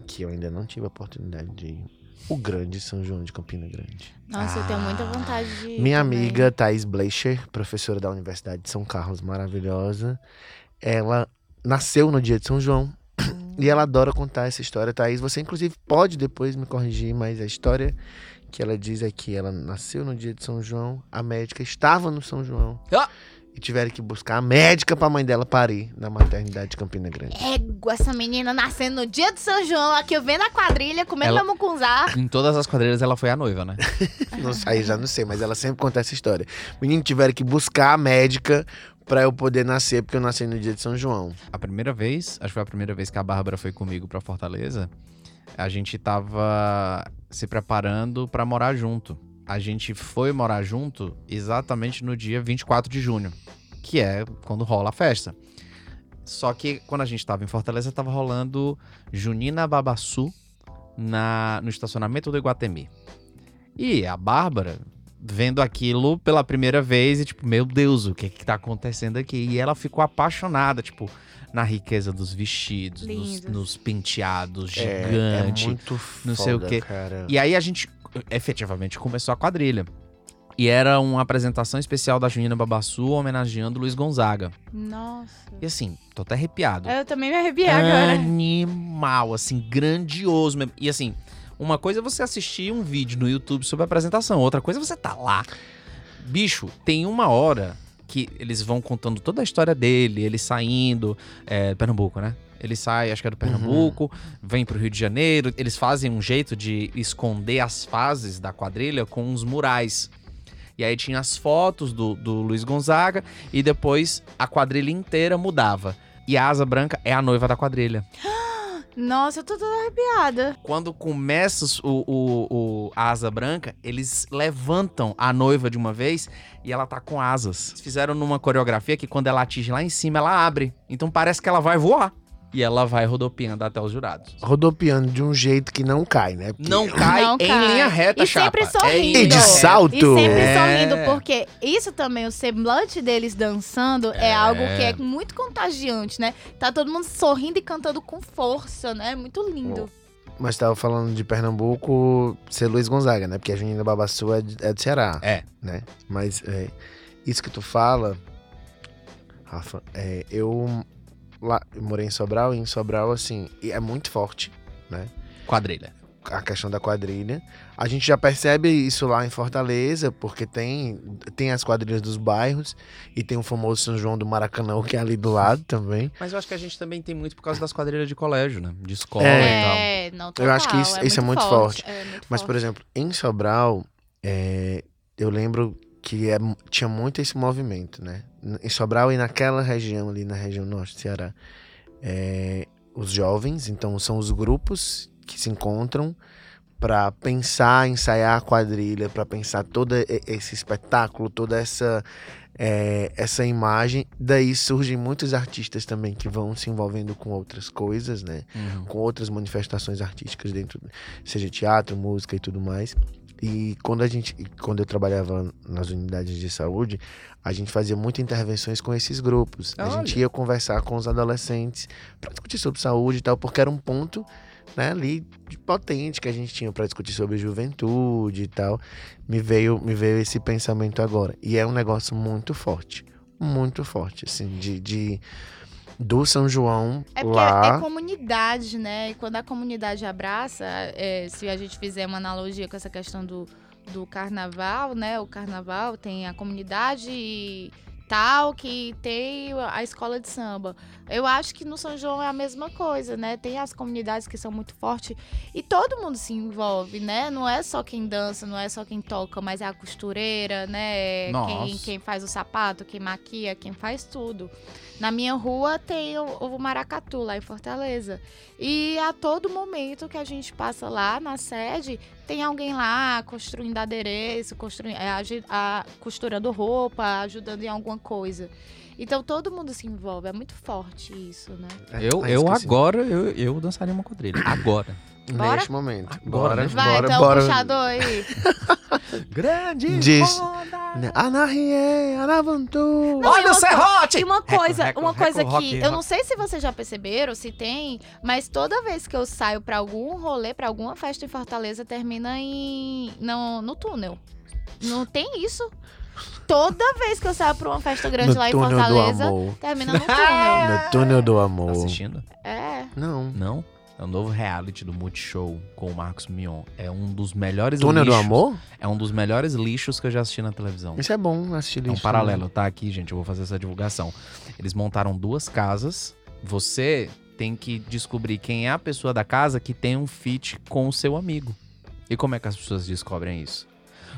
[SPEAKER 3] que eu ainda não tive a oportunidade de ir. O grande São João de Campina Grande.
[SPEAKER 4] Nossa, eu tenho muita vontade de. ir
[SPEAKER 3] Minha
[SPEAKER 4] também.
[SPEAKER 3] amiga Thais Bleicher, professora da Universidade de São Carlos, maravilhosa. Ela nasceu no dia de São João. E ela adora contar essa história, Thaís. Você, inclusive, pode depois me corrigir, mas a história que ela diz é que ela nasceu no dia de São João, a médica estava no São João
[SPEAKER 2] Ah!
[SPEAKER 3] e e tiveram que buscar a médica pra mãe dela parir na maternidade de Campina Grande.
[SPEAKER 4] Égua, essa menina nascendo no dia do São João, aqui eu vendo a quadrilha, comendo
[SPEAKER 2] Ela-
[SPEAKER 4] Ela... mucunzá.
[SPEAKER 2] Em todas as quadrilhas ela foi a noiva, né?
[SPEAKER 3] Não, aí já não sei, mas ela sempre conta essa história. Menino, tiveram que buscar a médica pra eu poder nascer, porque eu nasci no dia de São João.
[SPEAKER 2] A primeira vez, acho que foi a primeira vez que a Bárbara foi comigo pra Fortaleza, a gente tava se preparando pra morar junto. A gente foi morar junto exatamente no dia 24 de junho, que é quando rola a festa. Só que quando a gente tava em Fortaleza, tava rolando Junina Babaçu na, no estacionamento do Iguatemi. E a Bárbara vendo aquilo pela primeira vez e tipo, meu Deus, o que que tá acontecendo aqui? E ela ficou apaixonada, tipo, na riqueza dos vestidos, nos,
[SPEAKER 4] Lindos.
[SPEAKER 2] nos penteados
[SPEAKER 3] É,
[SPEAKER 2] gigantes.
[SPEAKER 3] É muito
[SPEAKER 2] não
[SPEAKER 3] não
[SPEAKER 2] sei
[SPEAKER 3] sei
[SPEAKER 2] o quê.
[SPEAKER 3] cara.
[SPEAKER 2] E aí a gente efetivamente começou a quadrilha. E era uma apresentação especial da Junina Babassu homenageando Luiz Gonzaga.
[SPEAKER 4] Nossa.
[SPEAKER 2] E assim, tô até arrepiado.
[SPEAKER 4] Eu também me
[SPEAKER 2] É.
[SPEAKER 4] arrepiei É, agora.
[SPEAKER 2] Animal, assim, grandioso mesmo. E assim, uma coisa é você assistir um vídeo no YouTube sobre a apresentação, outra coisa é você tá lá. Bicho, tem uma hora que eles vão contando toda a história dele, ele saindo, é, Pernambuco, né? Ele sai, acho que é do Pernambuco, vem pro Rio de Janeiro. Eles fazem um jeito de esconder as fases da quadrilha com uns murais. E aí tinha as fotos do, do Luiz Gonzaga e depois a quadrilha inteira mudava. E a Asa Branca é a noiva da quadrilha.
[SPEAKER 4] Nossa, eu tô toda arrepiada.
[SPEAKER 2] Quando começa os- o, o, o- a Asa Branca, eles levantam a noiva de uma vez e ela tá com asas. Eles Fizeram numa coreografia que quando ela atinge lá em cima, ela abre. Então parece que ela vai voar. E ela vai rodopiando até os jurados.
[SPEAKER 3] Rodopiando de um jeito que não cai, né? Porque-
[SPEAKER 2] Não cai
[SPEAKER 4] Não
[SPEAKER 2] em
[SPEAKER 4] cai.
[SPEAKER 2] linha reta,
[SPEAKER 4] E sempre
[SPEAKER 2] chapa. É em
[SPEAKER 4] sorrindo.
[SPEAKER 3] tá E
[SPEAKER 2] linha
[SPEAKER 3] de
[SPEAKER 2] reta.
[SPEAKER 3] salto.
[SPEAKER 4] E sempre
[SPEAKER 2] É.
[SPEAKER 4] sorrindo, porque isso também, o semblante deles dançando é,
[SPEAKER 2] É.
[SPEAKER 4] algo que é muito contagiante, né? Tá todo mundo sorrindo e cantando com força, né? É Muito lindo.
[SPEAKER 3] Mas tava falando de Pernambuco ser Luiz Gonzaga, né? Porque a Junina Babassu é, de- é do Ceará.
[SPEAKER 2] É.
[SPEAKER 3] Né? Mas é, isso que tu fala, Rafa, é, eu lá eu morei em Sobral e em Sobral, assim, e é muito forte
[SPEAKER 2] Quadrilha.
[SPEAKER 3] a questão da quadrilha. A gente já percebe isso lá em Fortaleza, porque tem, tem as quadrilhas dos bairros e tem o famoso São João do Maracanã, que é ali do lado também.
[SPEAKER 2] Mas eu acho que a gente também tem muito por causa das quadrilhas de colégio, né? De escola e tal.
[SPEAKER 4] É, não, total,
[SPEAKER 3] acho que isso- isso é muito
[SPEAKER 4] É muito
[SPEAKER 3] Mas, por
[SPEAKER 4] forte.
[SPEAKER 3] exemplo, em Sobral, é, eu lembro que é mu- tinha muito esse movimento, né? N- Em Sobral e naquela região ali, na região norte do Ceará, é, os jovens, então são os grupos que se encontram para pensar, ensaiar a quadrilha, para pensar todo e- esse espetáculo, toda essa é, essa imagem. Daí surgem muitos artistas também que vão se envolvendo com outras coisas, né?
[SPEAKER 2] Uhum.
[SPEAKER 3] com outras manifestações artísticas dentro, seja teatro, música e tudo mais. E quando a gente, quando eu trabalhava nas unidades de saúde, a gente fazia muitas intervenções com esses grupos. A
[SPEAKER 2] Olha.
[SPEAKER 3] gente ia conversar com os adolescentes para discutir sobre saúde e tal, porque era um ponto né, ali de- potente que a gente tinha para discutir sobre juventude e tal. Me veio, me veio esse pensamento agora. E é um negócio muito forte, muito forte, assim, de, de do São João
[SPEAKER 4] É porque
[SPEAKER 3] lá.
[SPEAKER 4] é comunidade, né? E quando a comunidade abraça, é, se a gente fizer uma analogia com essa questão do, do carnaval, né? O carnaval tem a comunidade tal que tem a escola de samba. Eu acho que no São João é a mesma coisa, né? Tem as comunidades que são muito fortes e todo mundo se envolve, né? Não é só quem dança, não é só quem toca, mas é a costureira, né? É Quem,
[SPEAKER 2] Nossa.
[SPEAKER 4] quem faz o sapato, quem maquia, quem faz tudo. Na minha rua tem o, o Maracatu, lá em Fortaleza. E a todo momento que a gente passa lá na sede, tem alguém lá construindo adereço, construindo, é, agi- a- costurando roupa, ajudando em alguma coisa. Então todo mundo se envolve, é muito forte isso, né?
[SPEAKER 2] Eu,
[SPEAKER 3] Ah,
[SPEAKER 2] eu
[SPEAKER 3] esqueci.
[SPEAKER 2] agora, eu, eu dançaria uma quadrilha. Agora.
[SPEAKER 4] Bora?
[SPEAKER 3] Neste momento.
[SPEAKER 2] Bora,
[SPEAKER 3] Bora,
[SPEAKER 2] né?
[SPEAKER 4] Vai,
[SPEAKER 3] bora,
[SPEAKER 4] então,
[SPEAKER 3] bora.
[SPEAKER 4] puxador aí.
[SPEAKER 2] Grande
[SPEAKER 3] Diz-
[SPEAKER 2] roda!
[SPEAKER 3] Né? Anarie, Anavantu.
[SPEAKER 4] Não, e
[SPEAKER 2] Olha o
[SPEAKER 4] outra-
[SPEAKER 2] serrote!
[SPEAKER 4] E uma coisa,
[SPEAKER 2] Reco,
[SPEAKER 4] uma
[SPEAKER 2] reco,
[SPEAKER 4] coisa
[SPEAKER 2] rock,
[SPEAKER 4] que eu
[SPEAKER 2] rock.
[SPEAKER 4] não sei se vocês já perceberam, se tem, mas toda vez que eu saio pra algum rolê, pra alguma festa em Fortaleza, termina em no, no túnel. Não tem isso? Toda vez que eu saio pra uma festa grande lá em Fortaleza, termina no túnel. Oh.
[SPEAKER 3] No túnel do amor.
[SPEAKER 2] Tá assistindo?
[SPEAKER 4] é.
[SPEAKER 3] Não.
[SPEAKER 2] Não? É o novo reality do Multishow com o Marcos Mion. É um dos melhores
[SPEAKER 3] Túnel do
[SPEAKER 2] lixos.
[SPEAKER 3] Amor?
[SPEAKER 2] É um dos melhores lixos que eu já assisti na televisão.
[SPEAKER 3] Isso é bom assistir
[SPEAKER 2] É um
[SPEAKER 3] isso.
[SPEAKER 2] paralelo, tá aqui, gente. Eu vou fazer essa divulgação. Eles montaram duas casas. Você tem que descobrir quem é a pessoa da casa que tem um fit com o seu amigo. E como é que as pessoas descobrem isso?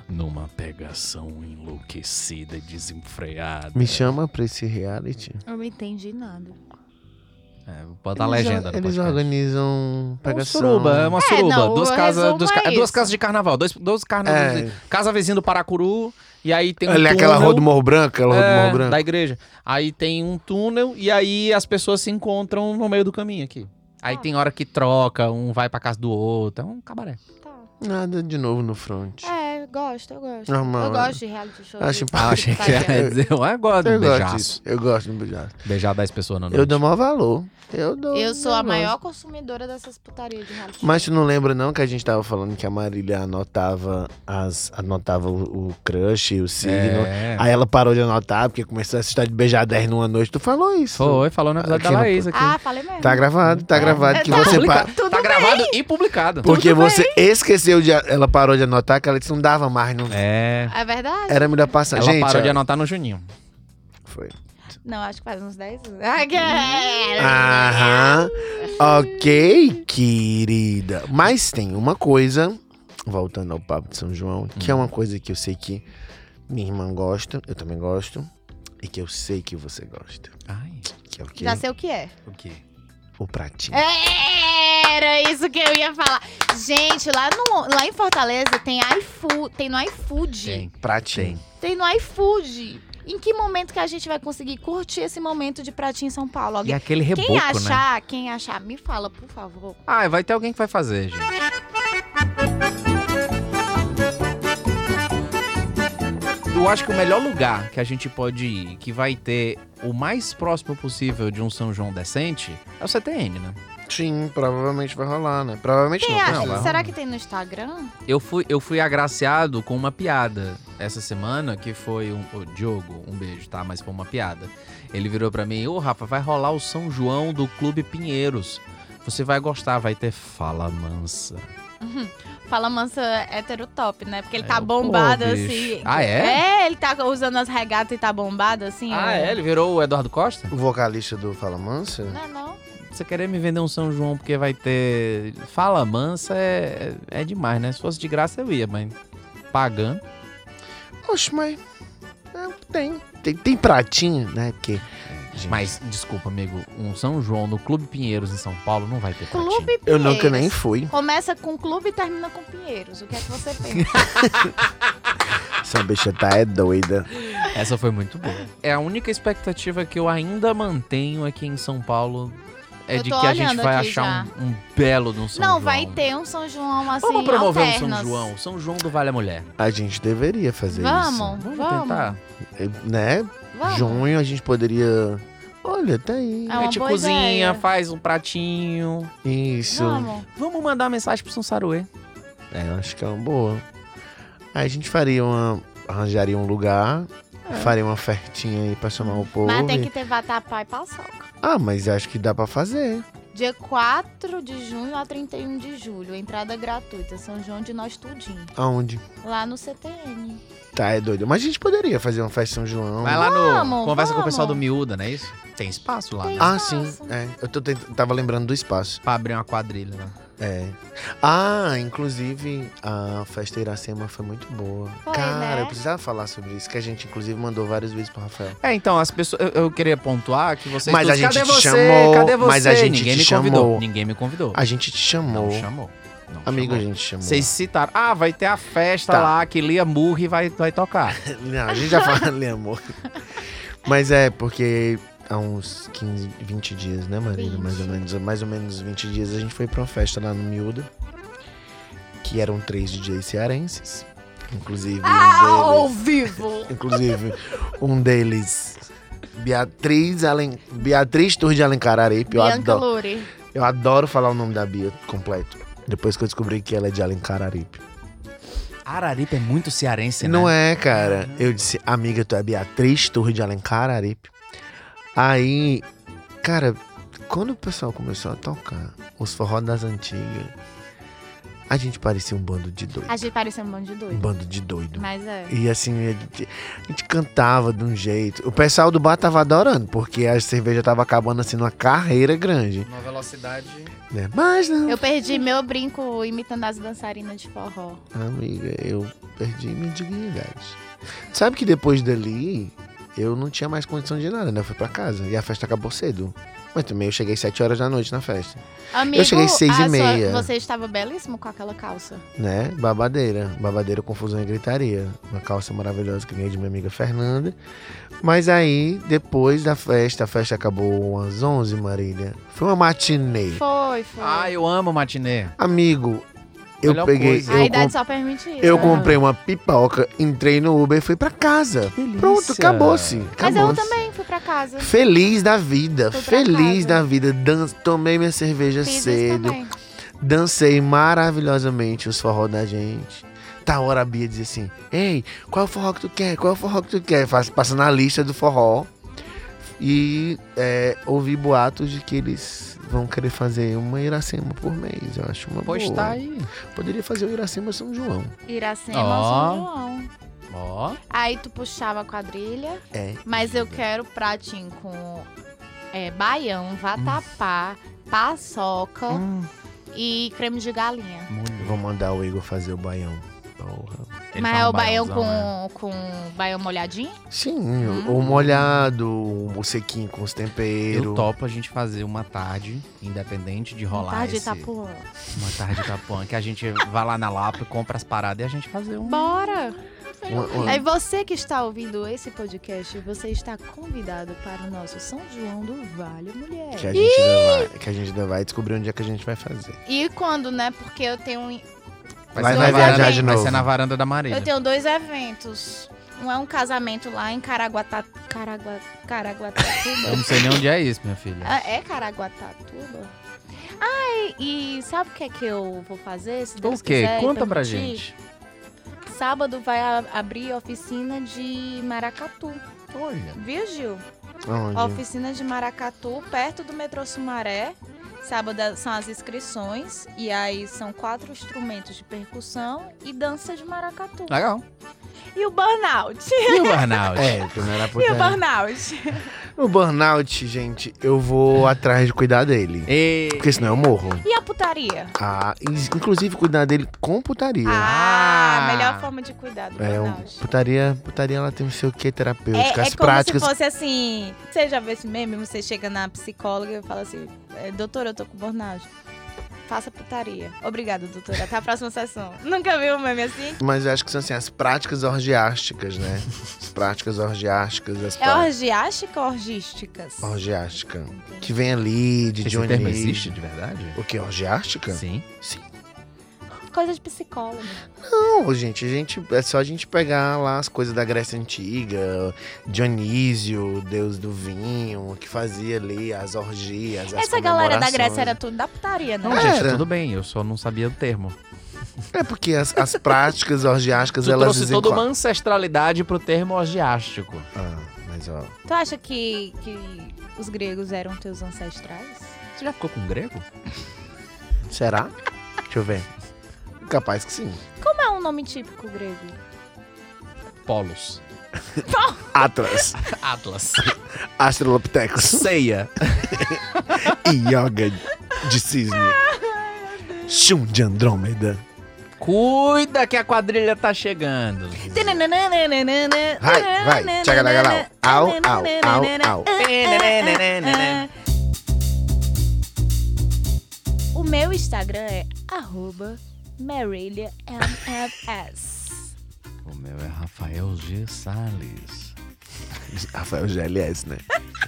[SPEAKER 2] Numa pegação enlouquecida e desenfreada.
[SPEAKER 3] Me chama pra esse reality.
[SPEAKER 4] Eu não entendi nada.
[SPEAKER 2] É, bota a
[SPEAKER 3] Eles
[SPEAKER 2] legenda
[SPEAKER 3] or-
[SPEAKER 2] no
[SPEAKER 3] Eles
[SPEAKER 2] podcast.
[SPEAKER 3] organizam
[SPEAKER 2] É uma
[SPEAKER 3] pegação.
[SPEAKER 2] suruba, é uma suruba.
[SPEAKER 4] não,
[SPEAKER 2] duas,
[SPEAKER 4] o
[SPEAKER 2] casas,
[SPEAKER 4] resumo
[SPEAKER 2] duas, ca-
[SPEAKER 4] é
[SPEAKER 2] duas
[SPEAKER 4] isso.
[SPEAKER 2] casas de carnaval. Dois, dois carnavais.
[SPEAKER 3] É,
[SPEAKER 2] Casa vizinha do Paracuru. E aí tem um
[SPEAKER 3] ali é aquela
[SPEAKER 2] túnel.
[SPEAKER 3] rua do Morro Branco, aquela rua do
[SPEAKER 2] É,
[SPEAKER 3] Morro Branco.
[SPEAKER 2] da igreja. Aí tem um túnel e aí as pessoas se encontram no meio do caminho aqui. Aí
[SPEAKER 4] Ah.
[SPEAKER 2] tem hora que troca, um vai pra casa do outro, é um cabaré.
[SPEAKER 4] Tá.
[SPEAKER 3] Nada de novo no front.
[SPEAKER 4] É, eu gosto, eu gosto.
[SPEAKER 3] Normal,
[SPEAKER 4] eu
[SPEAKER 3] né?
[SPEAKER 4] gosto de reality show.
[SPEAKER 3] Acho
[SPEAKER 4] de-
[SPEAKER 3] Ah, achei
[SPEAKER 4] de pageante.
[SPEAKER 2] dizer, eu gosto de um
[SPEAKER 3] Eu gosto
[SPEAKER 2] beijaço.
[SPEAKER 3] disso. Eu gosto de um beijaço.
[SPEAKER 2] Beijar 10 pessoas na noite.
[SPEAKER 3] Eu dou maior valor. Eu dou.
[SPEAKER 4] Eu sou a
[SPEAKER 3] eu gosto.
[SPEAKER 4] maior consumidora dessas putarias de reality show.
[SPEAKER 3] Mas tu não lembra não que a gente tava falando que a Marília anotava as anotava o, o crush, o signo.
[SPEAKER 2] É.
[SPEAKER 3] Aí ela parou de anotar porque começou a história de beijar 10 numa noite. Tu falou isso.
[SPEAKER 2] Foi, falou no episódio
[SPEAKER 3] Aqui
[SPEAKER 2] da
[SPEAKER 3] no-
[SPEAKER 2] Laís aqui.
[SPEAKER 4] Ah, falei mesmo.
[SPEAKER 3] Tá gravado, tá gravado que você pa...
[SPEAKER 2] Tá gravado e publicado.
[SPEAKER 3] porque você esqueceu de ela parou de anotar que ela disse não dava mais, não
[SPEAKER 2] É.
[SPEAKER 4] É verdade?
[SPEAKER 3] era melhor passar.
[SPEAKER 2] Ela
[SPEAKER 3] gente,
[SPEAKER 2] parou de
[SPEAKER 3] ó,
[SPEAKER 2] anotar no Juninho.
[SPEAKER 3] foi.
[SPEAKER 4] Não, acho que faz uns 10 anos. Ah, que-
[SPEAKER 3] Ah,
[SPEAKER 4] é.
[SPEAKER 3] Aham. Ok, querida. Mas tem uma coisa, voltando ao papo de São João, que é uma coisa que eu sei que minha irmã gosta, eu também gosto, e que eu sei que você gosta.
[SPEAKER 2] Ai,
[SPEAKER 3] Que é o quê?
[SPEAKER 4] Já sei É. o que é.
[SPEAKER 2] o quê?
[SPEAKER 3] O pratinho.
[SPEAKER 4] Era isso que eu ia falar. Gente, lá, no, lá em Fortaleza tem iFood, tem no iFood.
[SPEAKER 2] Tem.
[SPEAKER 3] Pratinho.
[SPEAKER 4] Tem no iFood. Em que momento que a gente vai conseguir curtir esse momento de pratinho em São Paulo?
[SPEAKER 2] E
[SPEAKER 3] é
[SPEAKER 4] Alguém-
[SPEAKER 2] aquele reboco,
[SPEAKER 4] quem
[SPEAKER 2] né?
[SPEAKER 4] achar, quem achar, me fala, por favor.
[SPEAKER 2] Ah, vai ter alguém que vai fazer, gente. Eu acho que o melhor lugar que a gente pode ir, que vai ter o mais próximo possível de um São João decente, é o CTN, né?
[SPEAKER 3] Sim, provavelmente vai rolar, né? Provavelmente
[SPEAKER 4] Quem
[SPEAKER 3] não.
[SPEAKER 4] acha?
[SPEAKER 3] vai rolar.
[SPEAKER 4] Será que tem no Instagram?
[SPEAKER 2] Eu fui, eu fui agraciado com uma piada essa semana, que foi um. ô, Diogo, um beijo, tá? Mas foi uma piada. Ele virou pra mim: Ô, Rafa, vai rolar o São João do Clube Pinheiros. Você vai gostar, vai ter fala mansa.
[SPEAKER 4] Fala mansa hétero top, né? Porque ele
[SPEAKER 2] É,
[SPEAKER 4] tá
[SPEAKER 2] pô,
[SPEAKER 4] bombado
[SPEAKER 2] bicho.
[SPEAKER 4] assim.
[SPEAKER 2] Ah, é?
[SPEAKER 4] É, ele tá usando as regatas e tá bombado assim. ó.
[SPEAKER 2] Ah, é? Ele virou o Eduardo Costa?
[SPEAKER 3] O vocalista do Fala Mansa?
[SPEAKER 4] Não é não?
[SPEAKER 2] Você querer me vender um São João porque vai ter. Fala mansa é, é demais, né? Se fosse de graça eu ia, mas pagando.
[SPEAKER 3] Oxe, mas. é, tem. tem. Tem pratinho, né? Porque. gente,
[SPEAKER 2] Mas, desculpa, amigo, um São João no Clube Pinheiros em São Paulo não vai ter pratinho.
[SPEAKER 4] Clube Pinheiros.
[SPEAKER 3] Eu nunca nem fui.
[SPEAKER 4] Começa com clube e termina com Pinheiros. O que é que você pensa?
[SPEAKER 3] Essa bicha tá é doida.
[SPEAKER 2] Essa foi muito boa. É a única expectativa que eu ainda mantenho aqui em São Paulo é
[SPEAKER 4] Eu
[SPEAKER 2] de
[SPEAKER 4] tô
[SPEAKER 2] que a gente
[SPEAKER 4] olhando
[SPEAKER 2] vai
[SPEAKER 4] aqui
[SPEAKER 2] achar um, um belo de um São
[SPEAKER 4] não,
[SPEAKER 2] João.
[SPEAKER 4] vai ter um São João assim.
[SPEAKER 2] Vamos promover um
[SPEAKER 4] alternas.
[SPEAKER 2] São João, São João do Vale a Mulher.
[SPEAKER 3] A gente deveria fazer isso.
[SPEAKER 4] Vamos,
[SPEAKER 2] Vamos,
[SPEAKER 4] vamos,
[SPEAKER 2] tentar.
[SPEAKER 3] É, Né?
[SPEAKER 4] vamos.
[SPEAKER 3] Junho a gente poderia. Olha, tá aí.
[SPEAKER 4] É
[SPEAKER 2] a
[SPEAKER 4] uma
[SPEAKER 2] gente
[SPEAKER 4] boa
[SPEAKER 2] tipo cozinha,
[SPEAKER 4] ideia.
[SPEAKER 2] faz um pratinho.
[SPEAKER 3] Isso.
[SPEAKER 4] Vamos.
[SPEAKER 2] Vamos mandar mensagem pro Sansarue.
[SPEAKER 3] É, eu acho que é uma boa. Aí a gente faria uma. Arranjaria um lugar, faria uma ofertinha aí pra chamar o povo.
[SPEAKER 4] É. Mas tem
[SPEAKER 3] e-
[SPEAKER 4] que ter vatapá e paçoca.
[SPEAKER 3] Ah, mas acho que dá pra fazer.
[SPEAKER 4] Dia 4 de junho a 31 de julho. Entrada gratuita. São João de nós tudinho.
[SPEAKER 3] Aonde?
[SPEAKER 4] Lá no CTN.
[SPEAKER 3] Tá, é doido. Mas a gente poderia fazer uma festa em São João.
[SPEAKER 2] Vai lá no.
[SPEAKER 4] Vamos,
[SPEAKER 2] conversa com o
[SPEAKER 4] vamos.
[SPEAKER 2] pessoal do Miúda, não é isso? Tem espaço lá,
[SPEAKER 4] Tem.
[SPEAKER 2] né?
[SPEAKER 3] Ah, sim.
[SPEAKER 4] Espaço.
[SPEAKER 3] É. Eu tô tent- tava lembrando do espaço.
[SPEAKER 2] Pra abrir uma quadrilha né? lá.
[SPEAKER 3] É. Ah, inclusive, a festa Iracema foi muito boa.
[SPEAKER 4] Foi,
[SPEAKER 3] Cara,
[SPEAKER 4] né?
[SPEAKER 3] eu precisava falar sobre isso, que a gente, inclusive, mandou várias vezes pro Rafael.
[SPEAKER 2] É, então, as pessoas. Eu, eu queria pontuar que vocês.
[SPEAKER 3] Mas a
[SPEAKER 2] todos,
[SPEAKER 3] gente
[SPEAKER 2] cadê
[SPEAKER 3] te
[SPEAKER 2] você?
[SPEAKER 3] chamou,
[SPEAKER 2] Cadê você?
[SPEAKER 3] mas a gente
[SPEAKER 2] Ninguém
[SPEAKER 3] te
[SPEAKER 2] me convidou.
[SPEAKER 3] chamou.
[SPEAKER 2] Ninguém me convidou.
[SPEAKER 3] A gente te chamou.
[SPEAKER 2] Não chamou. Não
[SPEAKER 3] Amigo,
[SPEAKER 2] chamou.
[SPEAKER 3] a gente chamou.
[SPEAKER 2] Vocês citaram. Ah, vai ter a festa
[SPEAKER 3] Tá.
[SPEAKER 2] lá que Lia Murri vai, vai tocar.
[SPEAKER 3] Não, a gente já fala, ali, amor. Mas é, porque há uns 15, 20 dias, né, Marina? Mais ou
[SPEAKER 4] 20.
[SPEAKER 3] menos, mais ou menos 20 dias, a gente foi pra uma festa lá no Miúdo, que eram três DJs cearenses. Inclusive,
[SPEAKER 4] Ah,
[SPEAKER 3] um deles...
[SPEAKER 4] vivo!
[SPEAKER 3] Inclusive, um deles. Beatriz, Alen... Beatriz Tour de Alencar Arepe. Eu
[SPEAKER 4] Bianca
[SPEAKER 3] adoro,
[SPEAKER 4] Luri.
[SPEAKER 3] eu adoro falar o nome da Bia completo. Depois que eu descobri que ela é de Alencar Arepe.
[SPEAKER 2] Araripe é muito cearense, né?
[SPEAKER 3] Não é, cara. Eu disse, amiga, tu é Beatriz Tour de Alencar Arepe. Aí, cara, quando o pessoal começou a tocar os forró das antigas, a gente parecia um bando de doido.
[SPEAKER 4] A gente parecia um bando de
[SPEAKER 3] Um
[SPEAKER 4] doido.
[SPEAKER 3] bando de doido.
[SPEAKER 4] Mas é.
[SPEAKER 3] E assim, a gente, a gente cantava de um jeito. O pessoal do bar tava adorando, porque a cerveja tava acabando assim numa carreira grande.
[SPEAKER 2] Uma velocidade.
[SPEAKER 3] Né? Mas não.
[SPEAKER 4] Eu perdi meu brinco imitando as dançarinas de forró.
[SPEAKER 3] Amiga, eu perdi minha dignidade. Sabe que depois dali, eu não tinha mais condição de nada, né? Eu fui pra casa. E a festa acabou cedo. Mas também eu cheguei sete horas da noite na festa.
[SPEAKER 4] Amigo,
[SPEAKER 3] cheguei às seis e
[SPEAKER 4] a sua-
[SPEAKER 3] meia.
[SPEAKER 4] você estava belíssimo com aquela calça.
[SPEAKER 3] né? Babadeira. Babadeira, confusão e gritaria. Uma calça maravilhosa que ganhei de minha amiga Fernanda. Mas aí, depois da festa, a festa acabou às 11, Marília. Foi uma matinê.
[SPEAKER 4] Foi, foi.
[SPEAKER 2] Ah, eu amo matiné.
[SPEAKER 3] Amigo, eu
[SPEAKER 2] Melhor
[SPEAKER 3] peguei.
[SPEAKER 2] coisa.
[SPEAKER 3] Eu,
[SPEAKER 4] a idade
[SPEAKER 3] com-
[SPEAKER 4] só permite isso.
[SPEAKER 3] eu
[SPEAKER 4] né?
[SPEAKER 3] comprei uma pipoca, entrei no Uber e fui pra casa. Pronto, acabou-se.
[SPEAKER 4] Mas
[SPEAKER 3] acabou-se.
[SPEAKER 4] eu também fui pra casa.
[SPEAKER 3] Feliz da vida,
[SPEAKER 4] Fui pra
[SPEAKER 3] feliz
[SPEAKER 4] casa.
[SPEAKER 3] da vida. Dan tomei minha cerveja
[SPEAKER 4] Fiz isso
[SPEAKER 3] cedo.
[SPEAKER 4] também.
[SPEAKER 3] Dancei maravilhosamente os forró da gente. Tá hora a Bia diz assim: Ei, qual é o forró que tu quer? Qual é o forró que tu quer? Faz, passa na lista do forró. E é, ouvi boatos de que eles vão querer fazer uma Iracema por mês. Eu acho uma
[SPEAKER 2] Pois
[SPEAKER 3] boa.
[SPEAKER 2] tá aí.
[SPEAKER 3] Poderia fazer o Iracema São João.
[SPEAKER 4] Iracema,
[SPEAKER 2] Ó.
[SPEAKER 4] São João.
[SPEAKER 2] Ó.
[SPEAKER 4] Aí tu puxava a quadrilha.
[SPEAKER 3] É.
[SPEAKER 4] Mas eu quero pratinho com é, baião, vatapá,
[SPEAKER 3] Hum.
[SPEAKER 4] paçoca
[SPEAKER 2] Hum.
[SPEAKER 4] e creme de galinha.
[SPEAKER 3] Vou mandar o Igor fazer o baião. Porra.
[SPEAKER 4] Mas
[SPEAKER 2] um
[SPEAKER 4] é o baião com,
[SPEAKER 2] né?
[SPEAKER 4] com baião molhadinho?
[SPEAKER 3] Sim,
[SPEAKER 4] Hum.
[SPEAKER 3] o o molhado, o sequinho com os
[SPEAKER 2] Eu
[SPEAKER 3] temperos.
[SPEAKER 2] topo a gente fazer uma tarde, independente de rolar
[SPEAKER 4] Tarde
[SPEAKER 2] esse-
[SPEAKER 4] tá por...
[SPEAKER 2] uma tarde tapão, que a gente vai lá na Lapa, compra as paradas e a gente fazer um...
[SPEAKER 4] Bora!
[SPEAKER 3] Uma- uma-
[SPEAKER 4] É você que está ouvindo esse podcast, você está convidado para o nosso São João do Vale Mulher.
[SPEAKER 3] Que a, gente ainda vai, que a gente ainda vai descobrir onde é que a gente vai fazer.
[SPEAKER 4] E quando, né? Porque eu tenho, um-
[SPEAKER 3] Vai-
[SPEAKER 2] ser
[SPEAKER 4] vai
[SPEAKER 2] na varanda-
[SPEAKER 4] viajar de
[SPEAKER 2] vai
[SPEAKER 3] novo.
[SPEAKER 2] ser na varanda da Marília.
[SPEAKER 4] eu tenho dois eventos. Um é um casamento lá em Caraguatá... Caragua... Caraguatatuba.
[SPEAKER 2] Eu não sei nem onde é isso, minha filha.
[SPEAKER 4] Ah, é Caraguatatuba? Ai, e sabe o que é que eu vou fazer? Se Deus
[SPEAKER 2] o quê?
[SPEAKER 4] quiser e
[SPEAKER 2] Conta pra
[SPEAKER 4] permitir?
[SPEAKER 2] gente.
[SPEAKER 4] Sábado vai a- abrir oficina de maracatu.
[SPEAKER 2] Olha.
[SPEAKER 4] Viu, Gil?
[SPEAKER 3] Onde?
[SPEAKER 4] A oficina de maracatu, perto do metrô Sumaré. Sábado é, são as inscrições. E aí são quatro instrumentos de percussão e dança de maracatu.
[SPEAKER 2] Legal.
[SPEAKER 4] E o burnout?
[SPEAKER 2] E o Arnaldo?
[SPEAKER 3] Ah. É, que não era
[SPEAKER 4] E o
[SPEAKER 3] puta.
[SPEAKER 4] burnout?
[SPEAKER 3] O burnout, gente, eu vou
[SPEAKER 2] É.
[SPEAKER 3] atrás de cuidar dele.
[SPEAKER 2] E...
[SPEAKER 3] Porque senão eu morro.
[SPEAKER 4] E a putaria?
[SPEAKER 3] Ah, in- inclusive cuidar dele com putaria.
[SPEAKER 4] Ah,
[SPEAKER 2] Ah.
[SPEAKER 4] melhor forma de cuidar do
[SPEAKER 3] é, um,
[SPEAKER 4] burnout.
[SPEAKER 3] putaria, putaria ela tem não sei o que terapêutica.
[SPEAKER 4] É, é
[SPEAKER 3] As
[SPEAKER 4] como
[SPEAKER 3] práticas.
[SPEAKER 4] se fosse assim. Você já viu esse meme? Você chega na psicóloga e fala assim: "É, Doutora, eu tô com burnout. Faça putaria. Obrigada, doutora. Até a próxima sessão. Nunca viu um meme assim?
[SPEAKER 3] Mas eu acho que são assim, as práticas orgiásticas, né? As práticas orgiásticas, as
[SPEAKER 4] É
[SPEAKER 3] práticas.
[SPEAKER 4] orgiástica ou orgísticas?
[SPEAKER 3] Orgiástica.
[SPEAKER 4] Entendi.
[SPEAKER 3] Que vem ali, de
[SPEAKER 2] Esse
[SPEAKER 3] Johnny.
[SPEAKER 2] termo existe de verdade?
[SPEAKER 3] O que? Orgiástica?
[SPEAKER 2] Sim.
[SPEAKER 4] Coisa de psicólogo.
[SPEAKER 3] Não, gente, a gente, é só a gente pegar lá as coisas da Grécia Antiga, Dionísio, o deus do vinho, que fazia ali as orgias, as
[SPEAKER 4] Essa galera da
[SPEAKER 3] comemorações.
[SPEAKER 4] Grécia era tudo da putaria, né?
[SPEAKER 2] Não, gente,
[SPEAKER 3] Era.
[SPEAKER 2] tudo bem. Eu só não sabia o termo.
[SPEAKER 3] É porque as, as práticas orgiásticas,
[SPEAKER 2] Tu
[SPEAKER 3] elas...
[SPEAKER 2] trouxe toda uma
[SPEAKER 3] desenco-
[SPEAKER 2] ancestralidade pro termo orgiástico.
[SPEAKER 3] Ah, mas ó...
[SPEAKER 4] Tu acha que, que os gregos eram teus ancestrais?
[SPEAKER 2] Você já ficou com grego?
[SPEAKER 3] Será? Deixa eu ver. Capaz que sim.
[SPEAKER 4] Como é um nome típico grego?
[SPEAKER 2] Polos.
[SPEAKER 3] Atlas,
[SPEAKER 2] Atlas.
[SPEAKER 3] Astrolopithecus,
[SPEAKER 2] Ceia.
[SPEAKER 3] Yoga de Cisne, Shun de Andrômeda.
[SPEAKER 2] Cuida que a quadrilha tá chegando.
[SPEAKER 3] Vai, vai, tchaga da galau. Au, au, au, au.
[SPEAKER 4] O meu Instagram é arroba MaríliaMFS.
[SPEAKER 2] O meu é Rafael G. Salles.
[SPEAKER 3] Rafael GLS, né?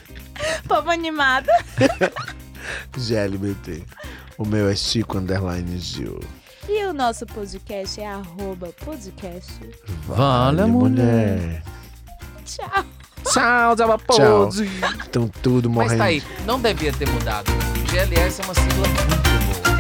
[SPEAKER 4] Povo animado.
[SPEAKER 3] GLBT. O meu é Chico Underline Gil.
[SPEAKER 4] E o nosso podcast é arroba podcast.
[SPEAKER 2] Vale, mulher.
[SPEAKER 4] Tchau.
[SPEAKER 2] Tchau,
[SPEAKER 3] Tchau. Estão tudo
[SPEAKER 2] Mas
[SPEAKER 3] morrendo.
[SPEAKER 2] tá aí, não devia ter mudado. GLS é uma sigla muito boa.